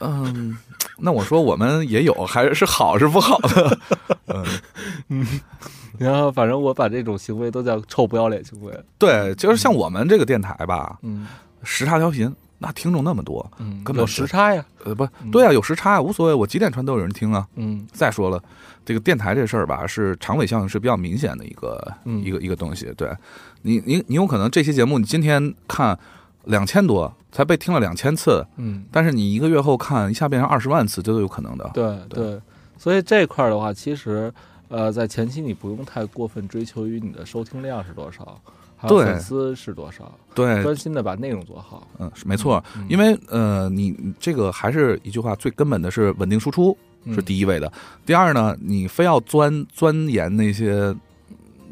嗯，那我说我们也有，还是好是不好的？ 嗯， 然后反正我把这种行为都叫臭不要脸行为。对，就是像我们这个电台吧，嗯时差调频，那听众那么多，嗯，根本有就时差呀。呃，不嗯对啊，有时差啊无所谓，我几点传都有人听啊。嗯再说了，这个电台这事儿吧，是长尾效应是比较明显的一个、嗯一个一个东西。对你，你你有可能这期节目你今天看两千多，才被听了两千次，嗯，但是你一个月后看一下变成二十万次，这都有可能的。对对对，所以这块儿的话，其实呃，在前期你不用太过分追求于你的收听量是多少，还有对粉丝是多少，对，专心的把内容做好。嗯，是没错，嗯因为呃，你你这个还是一句话，最根本的是稳定输出是一，第一位的。第二呢，你非要钻钻研那些。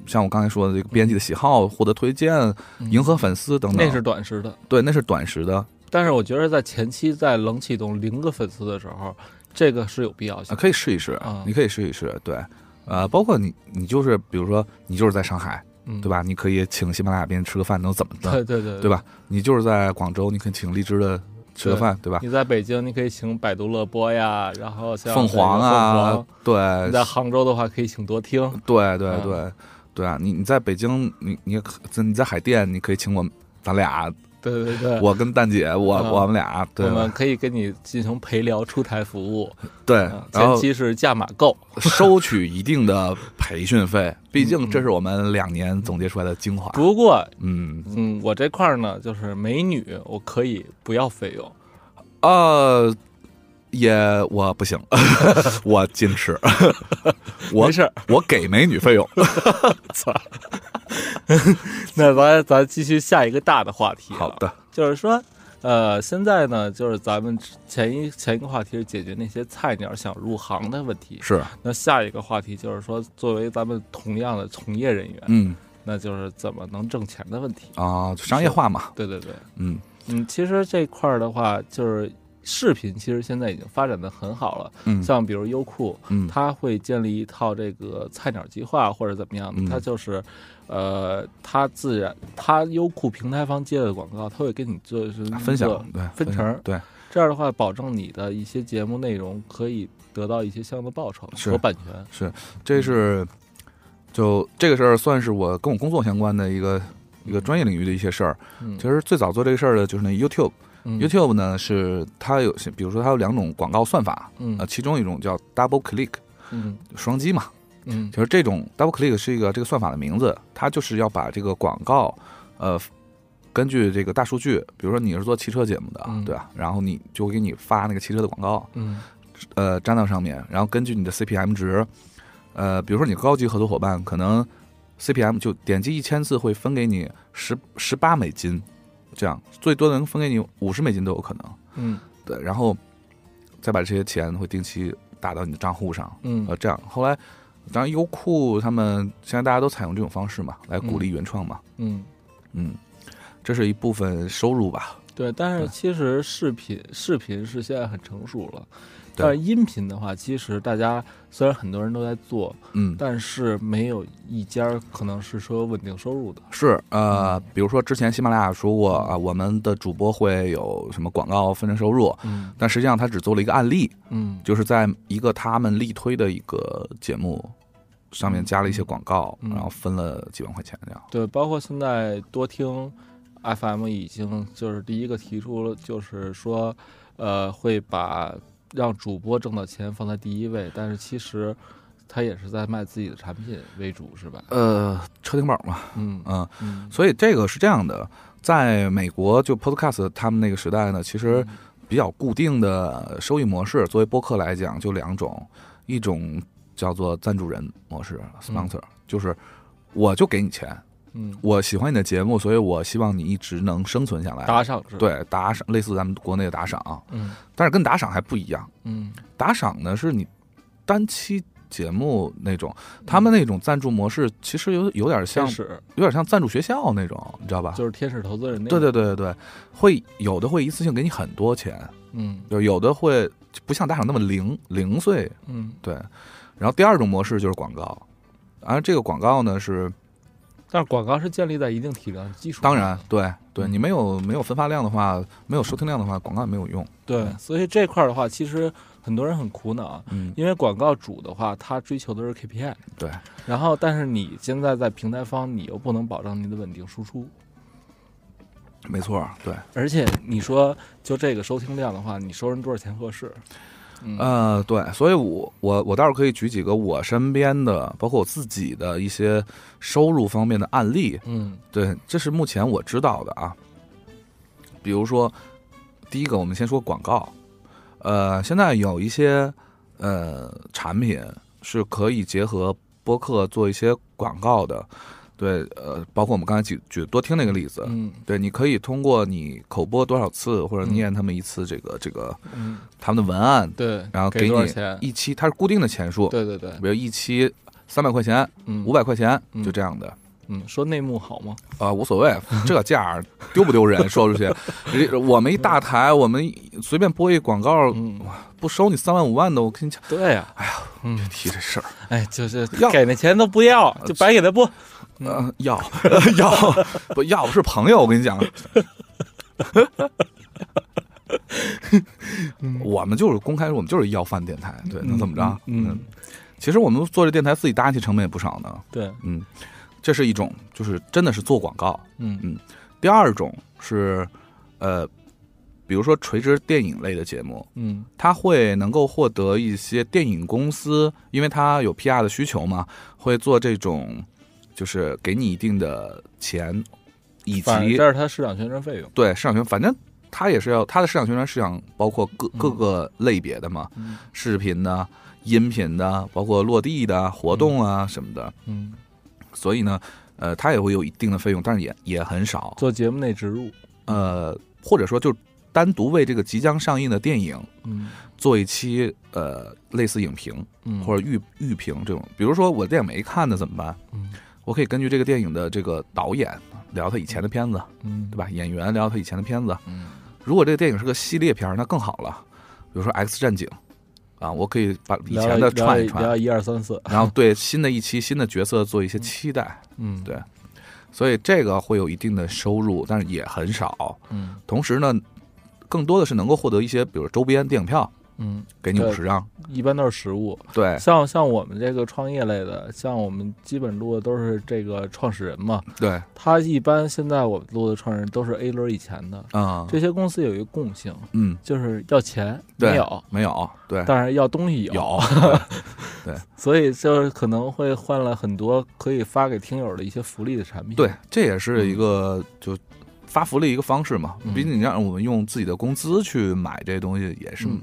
像我刚才说的，这个编辑的喜好、获得推荐、嗯迎合粉丝等等，那是短时的，对，那是短时的，但是我觉得在前期在冷启动零个粉丝的时候，这个是有必要啊，性的。可以试一试啊，你可以试一试，对，呃，包括你，你就是比如说你就是在上海，嗯，对？吧？你可以请喜马拉雅边吃个饭，能怎么的，对对对对？吧？你就是在广州，你可以请荔枝的吃个饭，对吧？你在北京，你可以请百度乐播呀，然后像凤这个凰凤啊凰，对，你在杭州的话，可以请多听。对对嗯对对啊！你你在北京，你你也可你在海淀，你可以请我们，咱俩，对对对，我跟蛋姐，我嗯我们俩，对我们可以跟你进行陪聊出台服务，对啊，然前后期是价码购， 收取一定的培训费，毕竟嗯这是我们两年总结出来的精华。不过。嗯，嗯，我这块儿呢，就是美女，我可以不要费 用。呃，也我不行， 我 矜持，我没事儿，我给美女 费用，那咱咱继续下一个大的话题、啊。好，的，就是说，呃，现在呢，就是咱们前一前一个话题是解决那些菜鸟想入行的问题，是，那下一个话题就是说，作为咱们同样的从业人员，嗯那就是怎么能挣钱的问题。啊，就商业化嘛，对对对，嗯嗯，其实这块儿的话，就是视频其实现在已经发展的很好了，嗯像比如优酷，嗯它会建立一套这个菜鸟计划或者怎么样嗯的，它就是，呃，它自然，它优酷平台方接的广告，它会给你做是啊分做享对分享成对这样的话，保证你的一些节目内容可以得到一些相应的报酬是和版权。这是就这个事儿算是我跟我工作相关的一个一个专业领域的一些事儿。嗯，其实最早做这个事儿的就是那 YouTube。嗯 YouTube 呢是它有，比如说它有两种广告算法，嗯呃，其中一种叫 Double Click，嗯双击嘛。嗯其实这种 Double Click 是一个这个算法的名字，它就是要把这个广告，呃，根据这个大数据，比如说你是做汽车节目的，嗯对吧？然后你就给你发那个汽车的广告，嗯呃，粘到上面，然后根据你的 CPM 值，呃，比如说你高级合作伙伴可能 CPM 就点击一千次会分给你十十八美金，这样最多能分给你五十美金都有可能。嗯对，然后再把这些钱会定期打到你的账户上，嗯呃，这样后来，当然优酷他们现在大家都采用这种方式嘛，来鼓励原创嘛，嗯，嗯，这是一部分收入吧，对。但是对其实视频视频是现在很成熟了，对但是音频的话，其实大家虽然很多人都在做，嗯，但是没有一家儿可能是说稳定收入的。是呃，比如说之前喜马拉雅说过啊，我们的主播会有什么广告分成收入，嗯但实际上他只做了一个案例，嗯就是在一个他们力推的一个节目上面加了一些广告，嗯然后分了几万块钱这样，对，包括现在多听 FM 已经就是第一个提出了，就是说，呃，会把让主播挣到钱放在第一位，但是其实他也是在卖自己的产品为主，是吧？呃，车顶宝嘛，嗯嗯。嗯，所以这个是这样的，在美国就 Podcast 他们那个时代呢，其实比较固定的收益模式，作为播客来讲就两种，一种叫做赞助人模式 （sponsor），、就是我就给你钱，嗯我喜欢你的节目，所以我希望你一直能生存下来。打赏是吧？，对，打赏类似咱们国内的打赏，嗯但是跟打赏还不一样。嗯打赏呢是你单期节目那种，他嗯们那种赞助模式其实有有点像天使有点像赞助学校那种，你知道吧？嗯就是天使投资人那啊对个，对对对对，会有的会一次性给你很多钱，嗯就有的会就不像打赏那么零零碎，嗯。对。然后第二种模式就是广告，而这个广告呢是但是广告是建立在一定体量基础上，当然对对，嗯你没有没有分发量的话，没有收听量的话，广告也没有用。对，所以这块儿的话，其实很多人很苦恼，嗯，因为广告主的话，他追求的是 KPI，对。然后，但是你现在在平台方，你又不能保证你的稳定输出，没错，对。而且你说就这个收听量的话，你收人多少钱合适？嗯呃，对，所以我我我倒是可以举几个我身边的，包括我自己的一些收入方面的案例，嗯对，这是目前我知道的啊。比如说，第一个，我们先说广告。呃，现在有一些呃产品是可以结合播客做一些广告的，对，呃，包括我们刚才举举多听那个例子，嗯对，你可以通过你口播多少次，或者嗯念他们一次这个这个嗯，他们的文案，对，然后给给多少你钱？一期它是固定的钱数，对对对，比如一期三百块钱、嗯，五，百块钱，嗯就这样的。嗯，说内幕好吗？啊，无所谓，这价儿丢不丢人？说出去，人我们一大台，我们随便播一广告，嗯，不收你三万五万的，我跟你讲，对呀，哎呀，嗯，提这事儿，哎，就是要给那钱都不要，就白给他不，呃，要要不要不是朋友，我跟 你讲，我们就是公开，我们就是要饭电台，对，能怎么着？嗯，嗯，其实我们做这电台自己搭起成本也不少呢，对，嗯，这是一种，就是真的是做广告，嗯第二种是，呃，比如说垂直电影类的节目，嗯它会能够获得一些电影公司，因为它有 PR 的需求嘛，会做这种，就是给你一定的钱，以反正及这是他市场宣传费用，对市场宣，反正它也是要它的市场宣传是想包括各嗯各个类别的嘛，嗯视频的、音频的，包括落地的活动啊什么的，嗯，所以呢，呃，它也会有一定的费用，但是也也很少，做节目内植入，呃，或者说就单独为这个即将上映的电影嗯做一期呃类似影评嗯，或者预预评这种。比如说我电影没看的怎么办？嗯我可以根据这个电影的这个导演聊他以前的片子，嗯对吧？演员聊他以前的片子。嗯如果这个电影是个系列片儿，那更好了。比如说《X 战警》啊，我可以把以聊前的串一聊串，聊一二三四， 然后对新的一期新的角色做一些期待。嗯对所以这个会有一定的收入，但是也很少。嗯同时呢，更多的是能够获得一些，比如周边电影票，嗯，给你对五十张。一般都是实物，对像像我们这个创业类的，像我们基本录的都是这个创始人嘛，对，他一般现在我们录的创始人都是 A 轮以前的，嗯这些公司有一个共性，嗯，就是要钱对没有，没有，对，但是要东西有，有，所以就是可能会换了很多可以发给听友的一些福利的产品。 对，这也是一个就发福利一个方式嘛嗯。毕竟你让我们用自己的工资去买这东西，也是、嗯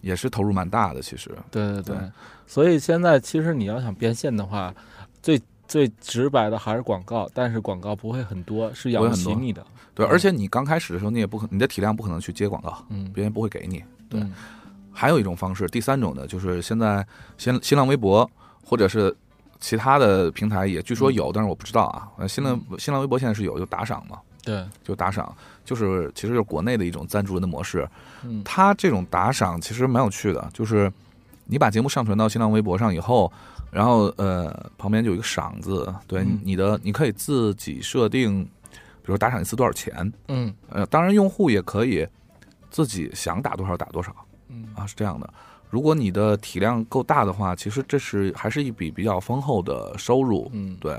也是投入蛮大的。其实，对对对对，所以现在其实你要想变现的话，最最直白的还是广告，但是广告不会很多，是养不不会起很多你的。对，嗯而且你刚开始的时候，你也不可你的体量不可能去接广告，嗯，别人不会给你。对嗯还有一种方式，第三种呢，就是现在新新浪微博或者是其他的平台也据说有，但是我不知道啊。呃新浪新浪微博现在是有，就打赏嘛，对，就打赏，就是其实就是国内的一种赞助人的模式。嗯它这种打赏其实蛮有趣的，就是你把节目上传到新浪微博上以后，然后呃旁边就有一个赏字，对嗯你的你可以自己设定，比如打赏一次多少钱，嗯呃当然用户也可以自己想打多少打多少嗯啊，是这样的。如果你的体量够大的话，其实这是还是一笔比较丰厚的收入，嗯，对，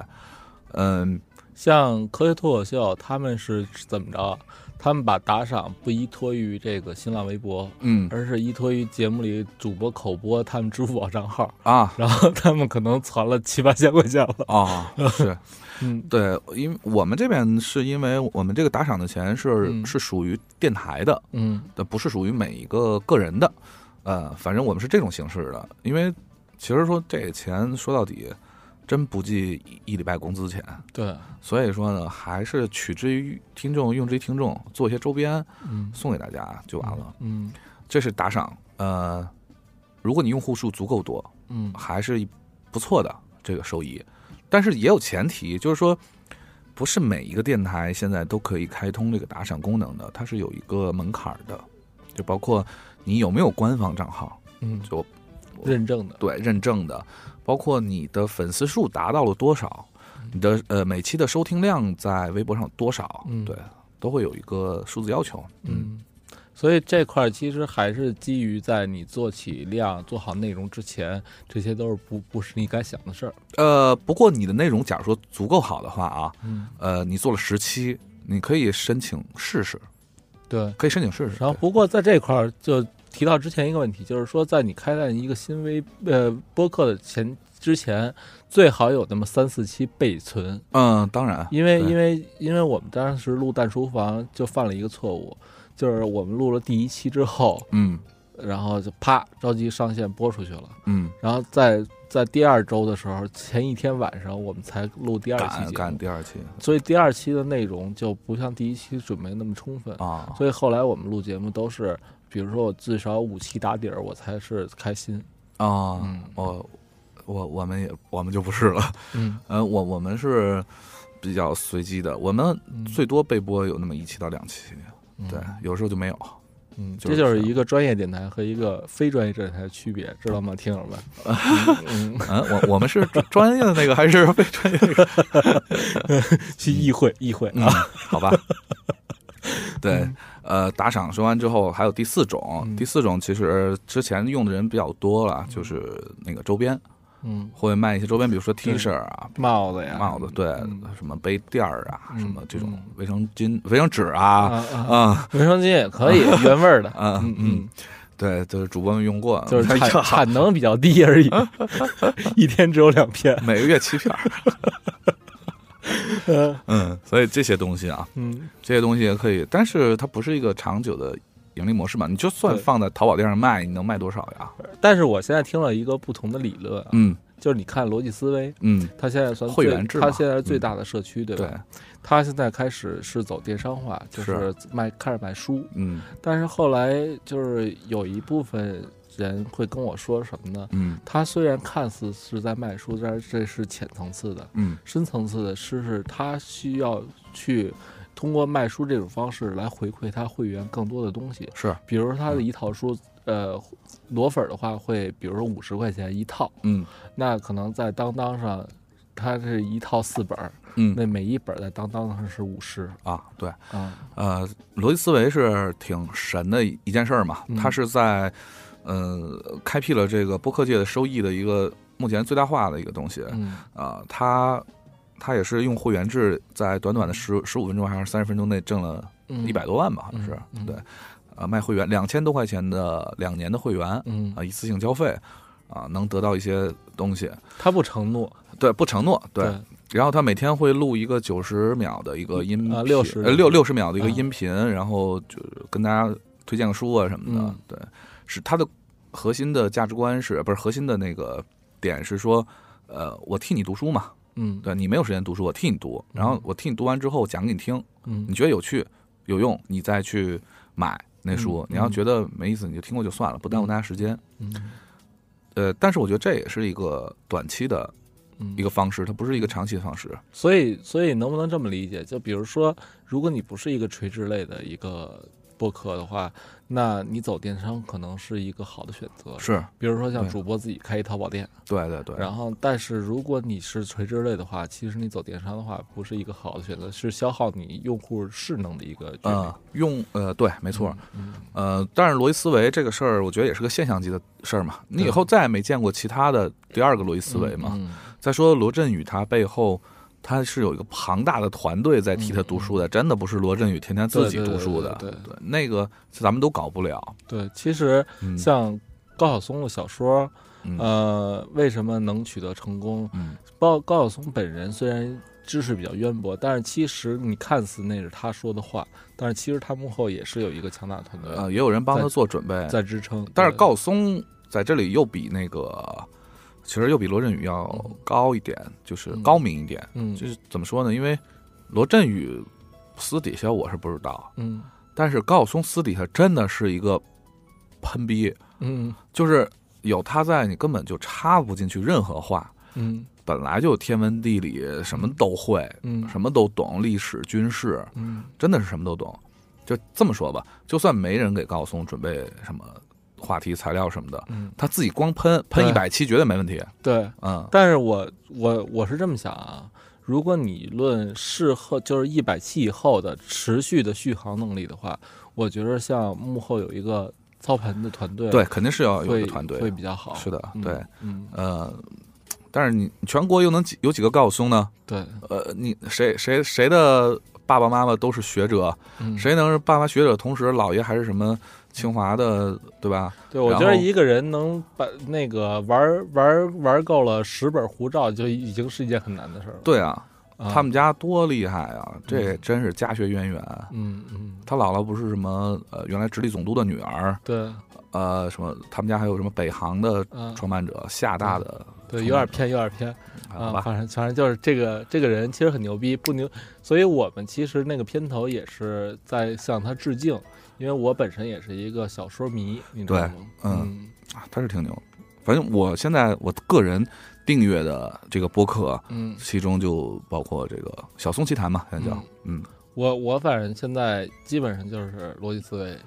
嗯，像科学脱口秀，他们是怎么着？他们把打赏不依托于这个新浪微博，嗯而是依托于节目里主播口播他们支付宝账号， 啊然后他们可能攒了七八千块钱了。 啊、是，嗯对，因为我们这边是因为我们这个打赏的钱是、嗯是属于电台的，嗯但不是属于每一个个人的。呃，反正我们是这种形式的，因为其实说这钱说到底，真不计一一礼拜工资钱，对，所以说呢，还是取之于听众，用之于听众，做一些周边嗯送给大家就完了。嗯这是打赏，呃，如果你用户数足够多，嗯还是不错的这个收益，但是也有前提，就是说不是每一个电台现在都可以开通这个打赏功能的，它是有一个门槛儿的，就包括你有没有官方账号，嗯，就认证的。对认证的，包括你的粉丝数达到了多少，你的呃每期的收听量在微博上有多少，嗯对，都会有一个数字要求，嗯，所以这块儿其实还是基于在你做起量、做好内容之前，这些都是不不是你该想的事儿。呃，不过你的内容假如说足够好的话啊，嗯，呃，你做了十期，你可以申请试试。对。可以申请试试。然后不过在这块儿就提到之前一个问题，就是说在你开办一个新微呃播客的前之前，最好有那么三四期备存，嗯，当然，因为对因为因为我们当时录蛋书房就犯了一个错误，就是我们录了第一期之后，嗯然后就啪着急上线播出去了。嗯，然后在在第二周的时候，前一天晚上我们才录第二期赶节赶目，第二期所以第二期的内容就不像第一期准备那么充分。啊，所以后来我们录节目都是，比如说我至少五期打底儿，我才是开心。啊，嗯我我我们也我们就不是了，嗯，呃，我我们是比较随机的，我们嗯最多被播有那么一期到两期，对，有时候就没有。嗯，就这是就是这样一个专业电台和一个非专业电台的区别，知道吗，听友们？嗯，嗯嗯，我我们是专专业的那个还是非专业的那 个？去议会，议会嗯啊，好 吧。对，呃，打赏说完之后，还有第四种嗯，第四种其实之前用的人比较多了，就是那个周边，嗯，会卖一些周边，比如说对 T 恤啊，帽子呀，帽子，对嗯，什么杯垫儿啊，嗯什么这种嗯卫生巾、卫生纸啊啊，啊，啊，卫生巾也可以，原味儿的，啊嗯嗯嗯。对，就是主播们用过，就是哎产 呀产能比较低而 已，一天只有两片。每个月七片儿， 嗯嗯，所以这些东西啊，嗯这些东西也可以，但是它不是一个长久的盈利模式嘛，你就算对放在淘宝店上卖，你能卖多少呀？但是我现在听了一个不同的理论啊，嗯就是你看逻辑思维，嗯，它现在算会最员制嘛它现在是最嗯大的社区，对啊吧？对，它现在开始是走电商化，就是是卖开始卖书，嗯但是后来就是有一部分人会跟我说什么呢？嗯他虽然看似是在卖书，但是这是浅层次的，嗯深层次的是是他需要去通过卖书这种方式来回馈他会员更多的东西，是，比如说他嗯的一套书，呃，裸粉儿的话会，比如说五十块钱一套，嗯那可能在当当上，它是一套四本儿，嗯那每一本儿在当当上是五十啊，对，啊，呃，逻辑思维是挺神的一件事儿嘛，嗯它是在呃开辟了这个播客界的收益的一个目前最大化的一个东西嗯啊、它它也是用会员制，在短短的十十五分钟还是三十分钟内挣了嗯，一百多万吧，好像嗯是、嗯对，呃，卖会员两千多块钱的两年的会员啊、嗯，一次性交费啊、能得到一些东西，他不承诺，对，不承诺，对，然后他每天会录一个九十秒的一个音频啊60呃六六十秒的一个啊音频，然后就是跟大家推荐个书啊什么的。嗯对，是他的核心的价值观是不是核心的那个点是说，呃，我替你读书嘛，嗯对你没有时间读书，我替你读，然后我替你读完之后讲给你听，你嗯觉得有趣有用，你再去买那书。嗯你要觉得没意思，你就听过就算了，不耽误大家时间。嗯呃，但是我觉得这也是一个短期的嗯一，个方式，它不是一个长期的方式。所以所以能不能这么理解？就比如说，如果你不是一个垂直类的一个播客的话，那你走电商可能是一个好的选择，是比如说像对主播自己开一淘宝店。对对对。然后，但是如果你是垂直类的话，其实你走电商的话，不是一个好的选择，是消耗你用户势能的一个距离呃。，用呃，对，没错，嗯，呃，但是逻辑思维这个事儿，我觉得也是个现象级的事儿嘛。你以对后再也没见过其他的第二个逻辑思维嘛。嗯再说罗振宇，他背后他是有一个庞大的团队在替他读书的，真的不是罗振宇天天自己对对读书的。对对对那个咱们都搞不了。对，其实嗯像高晓松的小说，嗯呃，为什么能取得成功？嗯高高晓松本人虽然知识比较渊博，但是其实你看似那是他说的话，但是其实他幕后也是有一个强大团队呃，也有人帮他在做准备，在支撑。但是对高晓松在这里又比那个，其实又比罗振宇要嗯高一点，就是嗯高明一点。嗯就是怎么说呢？因为罗振宇私底下我是不知道，嗯但是高晓松私底下真的是一个喷逼，嗯就是有他在，你根本就插不进去任何话。嗯本来就天文地理什么都会，嗯什么都懂，历史、军事，嗯真的是什么都懂。就这么说吧，就算没人给高晓松准备什么话题材料什么的，嗯，他自己光喷喷一对百期绝对没问题。对。嗯但是我我我是这么想啊，如果你论事后就是一百期以后的持续的续航能力的话，我觉得像幕后有一个操盘的团队，对，，肯定是要有一会个团队会比较好。是的嗯对，嗯，呃，但是你全国又能几有几个高晓松呢？对，呃，你谁谁谁的爸爸妈妈都是学者，嗯，谁能是爸妈学者，同时姥爷还是什么清华的，对吧？对我然觉得后一个人能把那个玩玩玩够了十本护照，就已经是一件很难的事儿了。对啊，啊他们家多厉害啊！这真是家学渊源。啊嗯嗯，他姥姥不是什么呃，原来直隶总督的女儿，对，呃，什么他们家还有什么北航的嗯，创办者，厦大的，对，有点偏，有点偏。好啊，吧？反正反正就是这个这个人其实很牛逼，不牛，所以我们其实那个片头也是在向他致敬，因为我本身也是一个小说迷，你知道吗？嗯对啊他是挺牛。反正我现在我个人订阅的这个播客，嗯，其中就包括这个小松奇谈嘛，现在叫嗯我我反正现在基本上就是逻辑思维、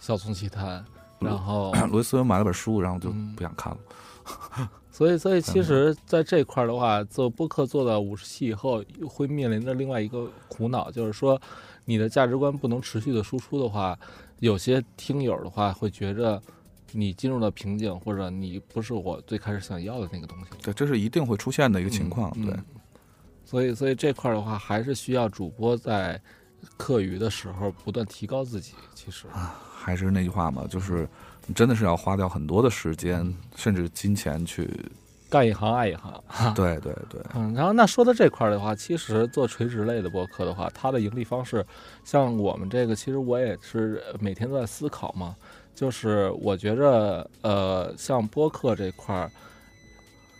小松奇谈，然后嗯 罗辑思维买了本书，然后就嗯不想看了。所以所以其实在这块儿的话，做播客做到五十期以后，会面临着另外一个苦恼，就是说你的价值观不能持续的输出的话，有些听友的话会觉着你进入了瓶颈，或者你不是我最开始想要的那个东西。对，这是一定会出现的一个情况。嗯对，嗯所以所以这块儿的话，还是需要主播在课余的时候不断提高自己。其实，还是那句话嘛，就是你真的是要花掉很多的时嗯间，甚至金钱去。干一行爱一行。对对对，嗯，然后那说到这块儿的话，其实做垂直类的播客的话，它的盈利方式，像我们这个，其实我也是呃每天都在思考嘛。就是我觉着，呃，像播客这块儿，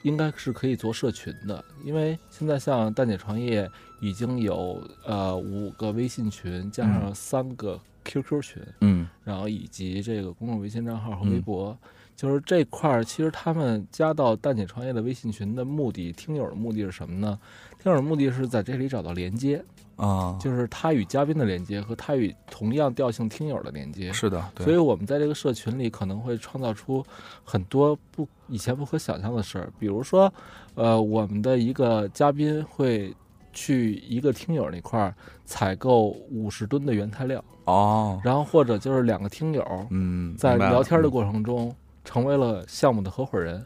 应该是可以做社群的，因为现在像蛋姐创业已经有呃五个微信群，加上三个 QQ 群，嗯然后以及这个公众微信账号和微博，就是这块儿，其实他们加到蛋姐创业的微信群的目的，听友的目的是什么呢？听友的目的是在这里找到连接，啊，就是他与嘉宾的连接和他与同样调性听友的连接。是的，对所以我们在这个社群里可能会创造出很多不以前不可想象的事儿，比如说，呃，我们的一个嘉宾会去一个听友那块儿采购五十吨的原材料，哦，然后或者就是两个听友嗯，在明白了聊天的嗯过程中成为了项目的合伙人，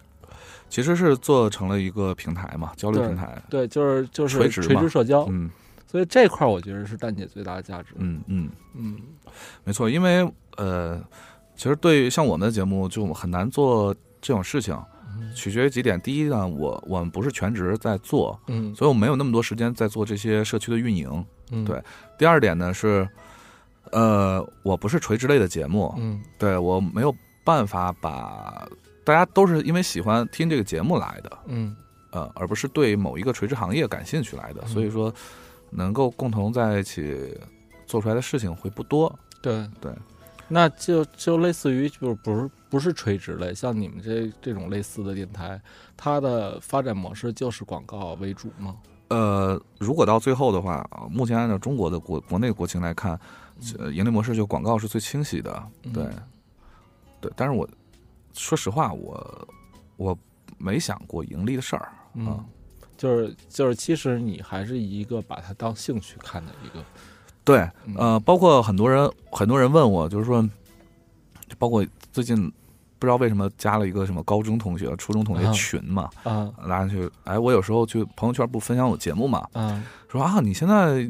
其实是做成了一个平台嘛，交流对哦平台，对，就是就是垂直嘛垂直社交，嗯所以这块儿我觉得是蛋姐最大的价值。嗯嗯，嗯没错，因为呃，其实对于像我们的节目就很难做这种事情，嗯取决于几点。第一呢，我我们不是全职在做，嗯所以我没有那么多时间在做这些社区的运营。嗯，对第二点呢是，呃，我不是垂直类的节目，嗯对我没有办法把大家都是因为喜欢听这个节目来的，嗯呃，而不是对某一个垂直行业感兴趣来的，嗯所以说能够共同在一起做出来的事情会不多。对对，那就就类似于就是不是不是垂直类，像你们这这种类似的电台，它的发展模式就是广告为主吗？呃，如果到最后的话，呃目前按照中国的国国内国情来看，呃，盈利模式就广告是最清晰的，对，嗯对。但是我说实话，我我没想过盈利的事儿，嗯啊，就是就是，其实你还是一个把它当兴趣看的一个，对，嗯呃，包括很多人，很多人问我，就是说，包括最近不知道为什么加了一个什么高中同学、初中同学啊群嘛，啊大家去，哎，我有时候去朋友圈不分享我节目嘛，啊说啊，你现在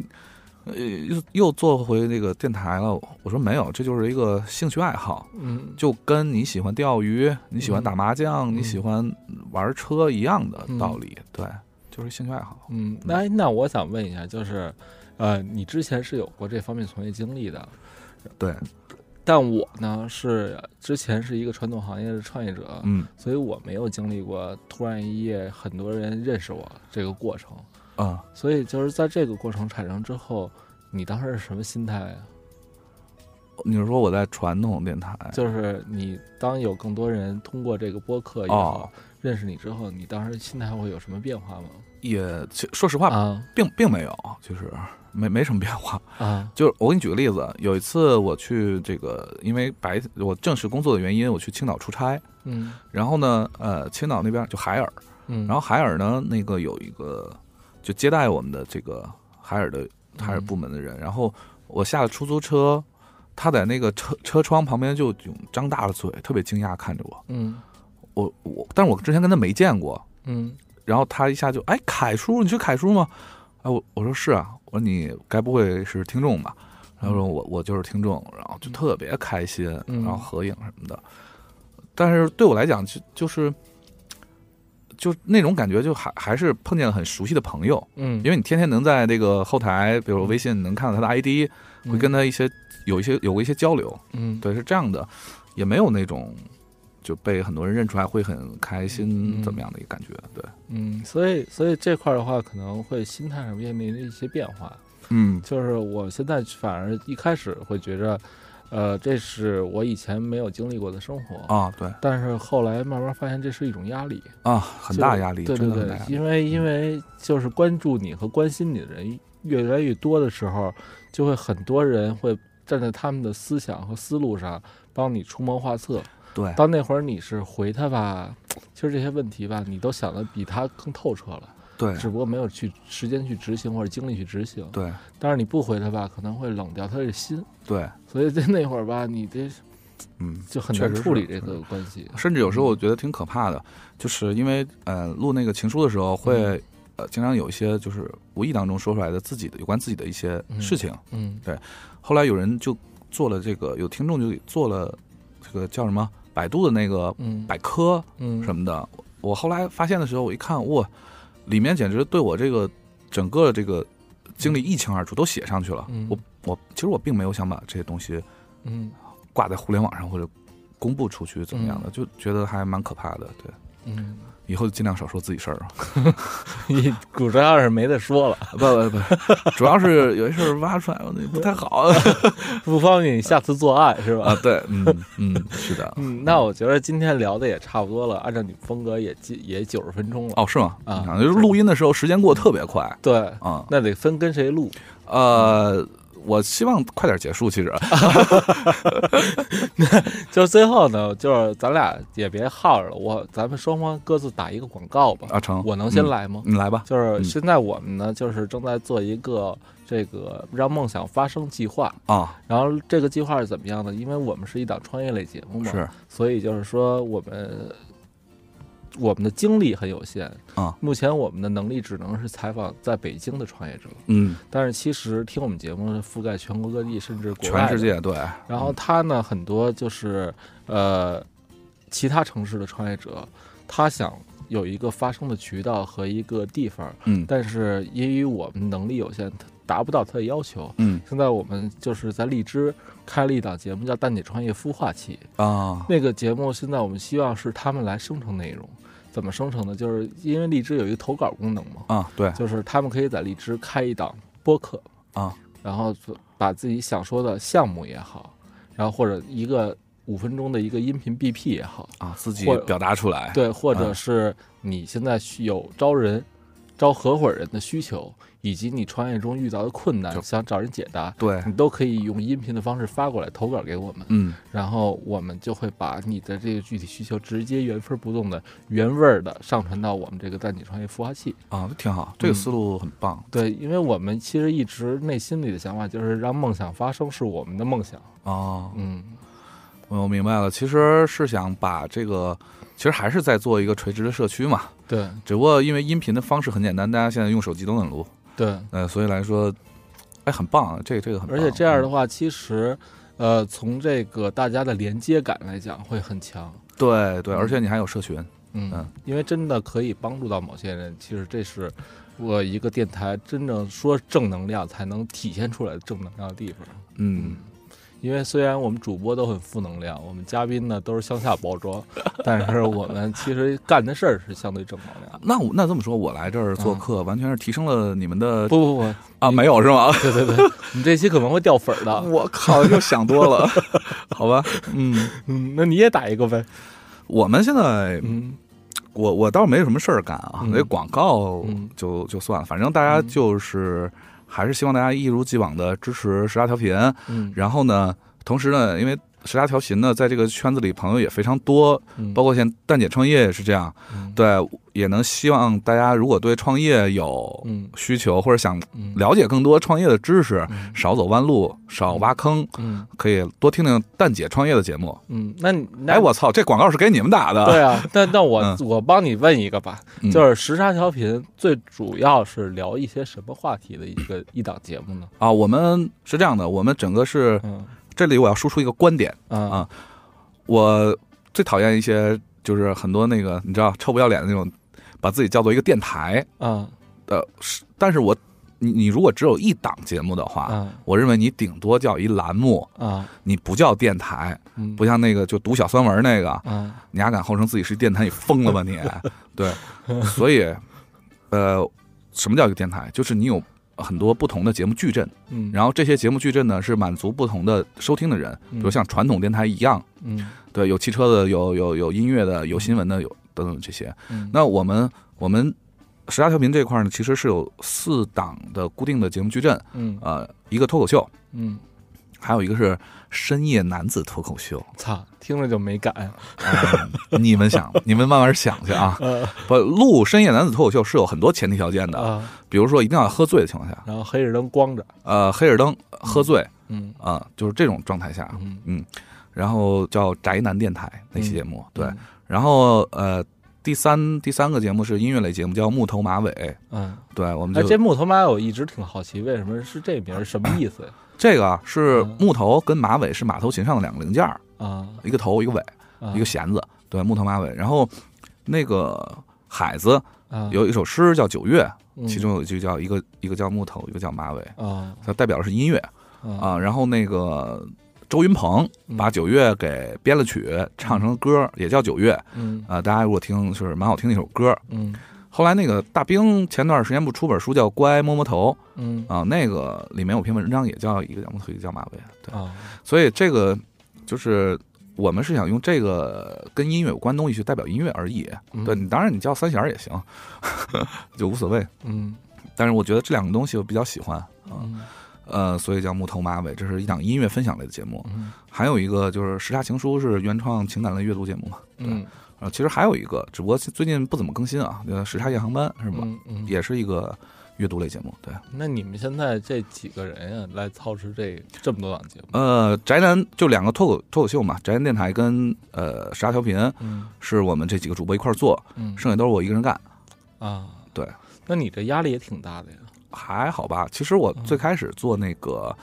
呃又又做回那个电台了，我说没有，这就是一个兴趣爱好。嗯就跟你喜欢钓鱼、你喜欢打麻将、嗯你喜欢玩车一样的嗯道理，对，就是兴趣爱好。嗯，那哎那我想问一下，就是，呃，你之前是有过这方面从业经历的，对，但我呢是之前是一个传统行业的创业者，嗯所以我没有经历过突然一夜很多人认识我这个过程，啊、所以就是在这个过程产生之后，你当时是什么心态啊呀、你是说我在传统电台？就是你当有更多人通过这个播客也好、哦，认识你之后，你当时心态会有什么变化吗？也其说实话，啊并并没有，就是没没什么变化。啊就是我给你举个例子，有一次我去这个，因为白我正式工作的原因，我去青岛出差。嗯然后呢，呃，青岛那边就海尔，嗯，然后海尔呢，那个有一个就接待我们的这个海尔的海尔部门的人，然后我下了出租车，他在那个车车窗旁边就就张大了嘴，特别惊讶看着我，嗯我我，但是我之前跟他没见过，嗯然后他一下就哎，凯叔，你是凯叔吗？哎，我我说是啊，我说你该不会是听众吧？他说我我就是听众，然后就特别开心，嗯然后合影什么的。但是对我来讲，就就是就那种感觉，就还还是碰见了很熟悉的朋友，嗯，因为你天天能在这个后台，比如微信能看到他的 ID，为会跟他一些有一些有过一些交流，嗯对，是这样的，也没有那种就被很多人认出来会很开嗯心怎么样的一个感觉，对，嗯，所以所以这块儿的话，可能会心态上面临着一些变化。嗯就是我现在反而一开始会觉着，呃，这是我以前没有经历过的生活。啊，对但是后来慢慢发现，这是一种压力，啊，很大压力，对对真的很对大压，力。嗯因为因为就是关注你和关心你的人越来越多的时候，就会很多人会站在他们的思想和思路上帮你出谋划策。对到那会儿你是回他吧，其实这些问题吧，你都想的比他更透彻了，对只不过没有去时间去执行或者精力去执行。对但是你不回他吧，可能会冷掉他的心，对，所以在那会儿吧，你这嗯，就很确难实是处理这个关系。甚至有嗯时候我觉得挺可怕的，就是因为呃录那个情书的时候会嗯呃经常有一些就是无意当中说出来的自己的有关自己的一些事情，嗯后来有人就做了这个，有听众就给做了这个叫什么百度的那个嗯百科嗯，什么的，我后来发现的时候，我一看哇，里面简直对我这个整个这个经历一清二楚，都写上去了，嗯我。我其实我并没有想把这些东西嗯挂在互联网上或者公布出去怎么样的，就觉得还蛮可怕的。对， 嗯，以后就尽量少说自己 事儿啊。你主要是没得说了，不不不，主要是有些事儿挖出来我那不太 好不方便你下次作案是吧？啊。对，嗯嗯，是的。嗯，那我觉得今天聊的也差不多了，按照你风格也基也九十分钟了。哦，是吗？啊你看就是录音的时候时间过得特别快对，啊。那得分跟谁录。呃，我希望快点结束，其实就是最后呢，就是咱俩也别耗着了，我咱们双方各自打一个广告吧。啊，成，我能先嗯，来吗？你来吧。就是现在我们呢，就是正在做一个这个让梦想发生计划。啊，然后这个计划是怎么样呢？因为我们是一档创业类节目嘛，是所以就是说我们我们的精力很有限啊。目前我们的能力只能是采访在北京的创业者，嗯，但是其实听我们节目覆盖全国各地，甚至国外全的世。界对。然后他呢，很多就是呃其他城市的创业者，他想有一个发声的渠道和一个地方，嗯但是由于我们能力有限，他达不到他的要求。嗯现在我们就是在荔枝开了一档节目，叫《蛋姐创业孵化器》。啊，那个节目现在我们希望是他们来生成内容，怎么生成呢？就是因为荔枝有一个投稿功能嘛，啊，对，就是他们可以在荔枝开一档播客啊，然后把自己想说的项目也好，然后或者一个五分钟的一个音频 BP 也好，啊，自己或表达出来，对，或者嗯是你现在需有招人、招合伙人的需求，以及你创业中遇到的困就难，想找人解答，对，你都可以用音频的方式发过来投稿给我们，嗯，然后我们就会把你的这个具体需求直接原封不动的、原味儿的上传到我们这个蛋姐创业孵化器。啊，挺好，这嗯个思路很棒。对，因为我们其实一直内心里的想法就是让梦想发生是我们的梦想。哦，嗯，我明白了，其实是想把这个，其实还是在做一个垂直的社区嘛，对只不过因为音频的方式很简单，大家现在用手机都能录，对，呃，所以来说，哎，很棒，这个这个很棒，而且这样的话，其实。呃，从这个大家的连接感来讲，会很强。对对，嗯而且你还有社群，嗯嗯，因为真的可以帮助到某些人，其实这是我一个电台真正说正能量才能体现出来的正能量的地方。嗯，因为虽然我们主播都很负能量，我们嘉宾呢都是向下包装， 但是我们其实干的事儿是相对正能量的。那我那这么说，我来这儿做客，完全是提升了你们的嗯不不不，啊，没有是吗？对对对，你这期可能会掉粉儿的。我靠，又想多了，啊 好吧，嗯， 嗯，那你也打一个呗。我们现在嗯我我倒没什么事儿干啊，嗯那、广告嗯就、就算了，反正大家就是、还是希望大家一如既往的支持十大调频。嗯然后呢，同时呢，因为十大调频呢，在这个圈子里朋友也非常多，嗯，包括现在蛋姐创业也是这样，嗯对，也能希望大家如果对创业有嗯需求或者想嗯了解更多创业的知识，嗯少走弯路，少挖坑，嗯可以多听听蛋姐创业的节目。嗯，那你那哎，我操，这广告是给你们打的，对 啊，那那我、嗯我帮你问一个吧，嗯就是时差调频最主要是聊一些什么话题的一个一档节目呢？啊，我们是这样的，我们整个是嗯这里我要输出一个观点，啊啊我最讨厌一些就是很多那个你知道臭不要脸的那种，把自己叫做一个电台啊的，是，但是我你你如果只有一档节目的话，啊我认为你顶多叫一栏目，啊！你不叫电台，嗯不像那个就读小酸文那个，啊你还敢号称自己是电台，你疯了 吧你？对，所以呃，什么叫一个电台？就是你有很多不同的节目矩阵。嗯，然后这些节目矩阵呢是满足不同的收听的人，比嗯如像传统电台一样，嗯对，有汽车的，有有有音乐的，有新闻的，有等等这些。嗯那我们我们十大调频这块呢，其实是有四档的固定的节目矩阵，嗯呃，一个脱口秀，嗯，还有一个是深夜男子脱口秀。操，听着就没感。啊嗯 你们想，你们慢慢想去啊。哦 呃不，录深夜男子脱口秀是有很多前提条件的，啊，比如说一定要喝醉的情况下，然后黑着灯光着，呃，黑着灯喝醉嗯啊、就是这种状态下，嗯，然后叫宅男电台那期嗯节目，对，然后呃，第三第三个节目是音乐类节目，叫木头马尾，嗯，对，我们哎，就、这木头妈我一直挺好奇，为什么是这名儿，什么意思呀？这个啊是嗯木头跟马尾是马头琴上的两个零件儿，啊，一个头一个尾，啊一个弦子，对，木头马尾。然后那个海子啊有一首诗叫《九月》，嗯其中有一句叫一个一个叫木头，一个叫马尾，啊它代表的是音乐啊啊。然后那个。周云鹏嗯把九月给编了曲，唱成了歌，也叫九月。嗯啊、大家如果听是蛮好听的一首歌。嗯后来那个大兵前段时间不出本书叫《乖摸摸头》嗯啊、那个里面有篇文章也叫一个叫一个叫马尾，对，啊，所以这个就是我们是想用这个跟音乐有关的东西去代表音乐而已。嗯对你，当然你叫三弦儿也行， 就无所谓。嗯但是我觉得这两个东西我比较喜欢，嗯呃，所以叫木头马尾。这是一档音乐分享类的节目，嗯还有一个就是《时差情书》是原创情感类阅读节目嘛。嗯呃，其实还有一个，只不过最近不怎么更新啊，呃，《时差夜航班》是吧？嗯嗯，也是一个阅读类节目。对，那你们现在这几个人呀，来操持这这么多档节目，呃，宅男就两个脱口脱口秀嘛，宅男电台跟呃时差调频嗯是我们这几个主播一块儿做，嗯剩下都是我一个人干。啊，对，那你这压力也挺大的呀，还好吧。其实我嗯最开始做那个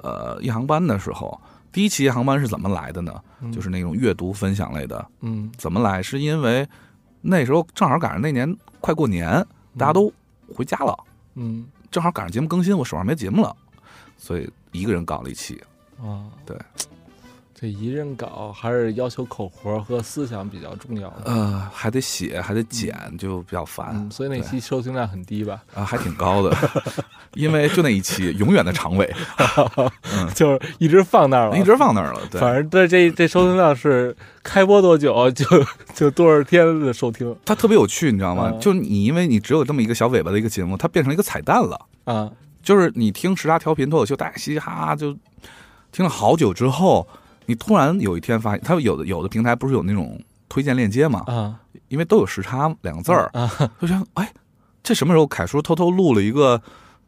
呃夜航班的时候，第一期夜航班是怎么来的呢？嗯就是那种阅读分享类的，嗯，怎么来？是因为那时候正好赶上那年快过年，大家都回家了，嗯正好赶上节目更新，我手上没节目了，所以一个人搞了一期。啊，对，这一人搞还是要求口活和思想比较重要的，呃，还得写，还得剪，就比较烦。嗯，所以那期收听量很低 吧，啊，还挺高的， 因为就那一期，永远的 长尾，就是嗯一直放那儿了，一直放那儿了。啊对，反正这这这收听量是开播多久就就多少天的收听它特别有趣，你知道吗？嗯就你因为你只有这么一个小尾巴的一个节目，它变成一个彩蛋了。啊，就是你听时差调频脱口秀，大家嘻嘻哈哈，就听了好久之后，你突然有一天发现，它有的有的平台不是有那种推荐链接嘛？啊因为都有时差两个字儿，啊，就想哎，这什么时候凯叔偷偷录了一个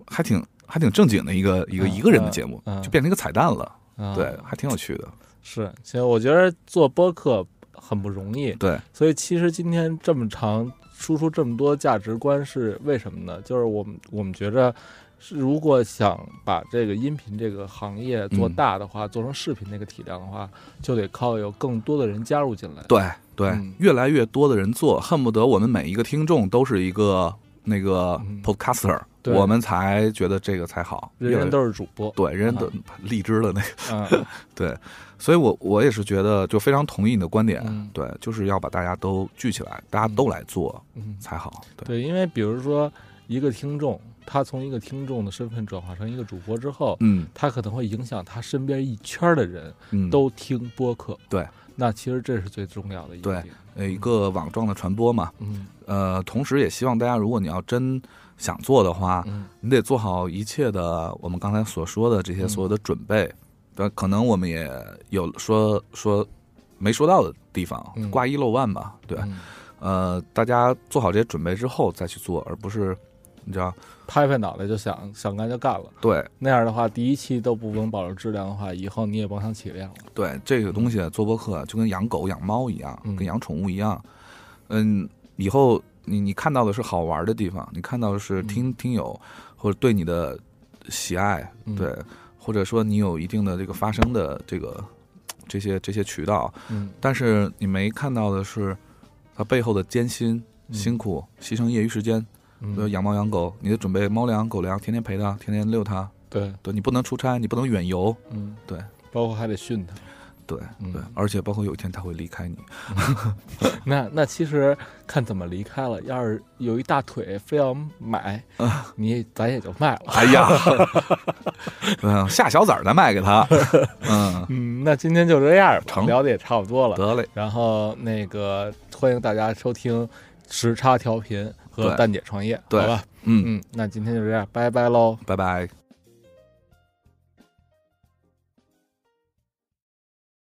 还挺还挺正经的一个一个嗯一个人的节目，嗯就变成一个彩蛋了。啊对，还挺有趣的。是，其实我觉得做播客很不容易，对，所以其实今天这么长，输出这么多价值观是为什么呢？就是我们我们觉着，是如果想把这个音频这个行业做嗯大的话，做成视频那个体量的话，就得靠有更多的人加入进来。对对、嗯越来越多的人做，恨不得我们每一个听众都是一个那个嗯 podcaster，、对我们才觉得这个才好。人人越来都是啊主播，对，人人都 荔枝的那个，嗯对，啊所以我我也是觉得就非常同意你的观点、嗯对，就是要把大家都聚起来，大家都来做嗯，才好。对，对，因为比如说一个听众，他从一个听众的身份转化成一个主播之后，嗯他可能会影响他身边一圈儿的人嗯，都听播客。对，那其实这是最重要的一对点。呃一个网状的传播嘛，嗯呃，同时也希望大家，如果你要真想做的话，嗯你得做好一切的我们刚才所说的这些嗯所有的准备。但可能我们也有说说没说到的地方嗯，挂一漏万吧，对。嗯呃，大家做好这些准备之后再去做，而不是你知道，拍拍脑袋就想想干就干了。对那样的话，第一期都不能保证质量的话，以后你也甭想起量了。对，这个东西做播客就跟养狗、养猫一样，嗯跟养宠物一样。嗯，以后你你看到的是好玩的地方，你看到的是听听友或者对你的喜爱，嗯对，或者说你有一定的这个发声的这个这些这些渠道，嗯，但是你没看到的是它背后的艰辛、嗯辛苦、牺牲业余时间。嗯对，养猫养狗，你得准备猫粮、狗粮，天天陪它，天天遛它。对，对你不能出差，你不能远游。嗯对，包括还得训他。对嗯对，而且包括有一天它会离 开你。那那其实看怎么离开了。要是有一大腿非要买，啊你咱也就卖了。哎 呀，嗯，下小崽儿咱卖给他。嗯，嗯，那今天就这样吧，成聊的也差不多了。得嘞，然后那个欢迎大家收听时差调频和对蛋姐创业，对好吧？嗯，嗯，那今天就这样，拜拜喽。拜拜。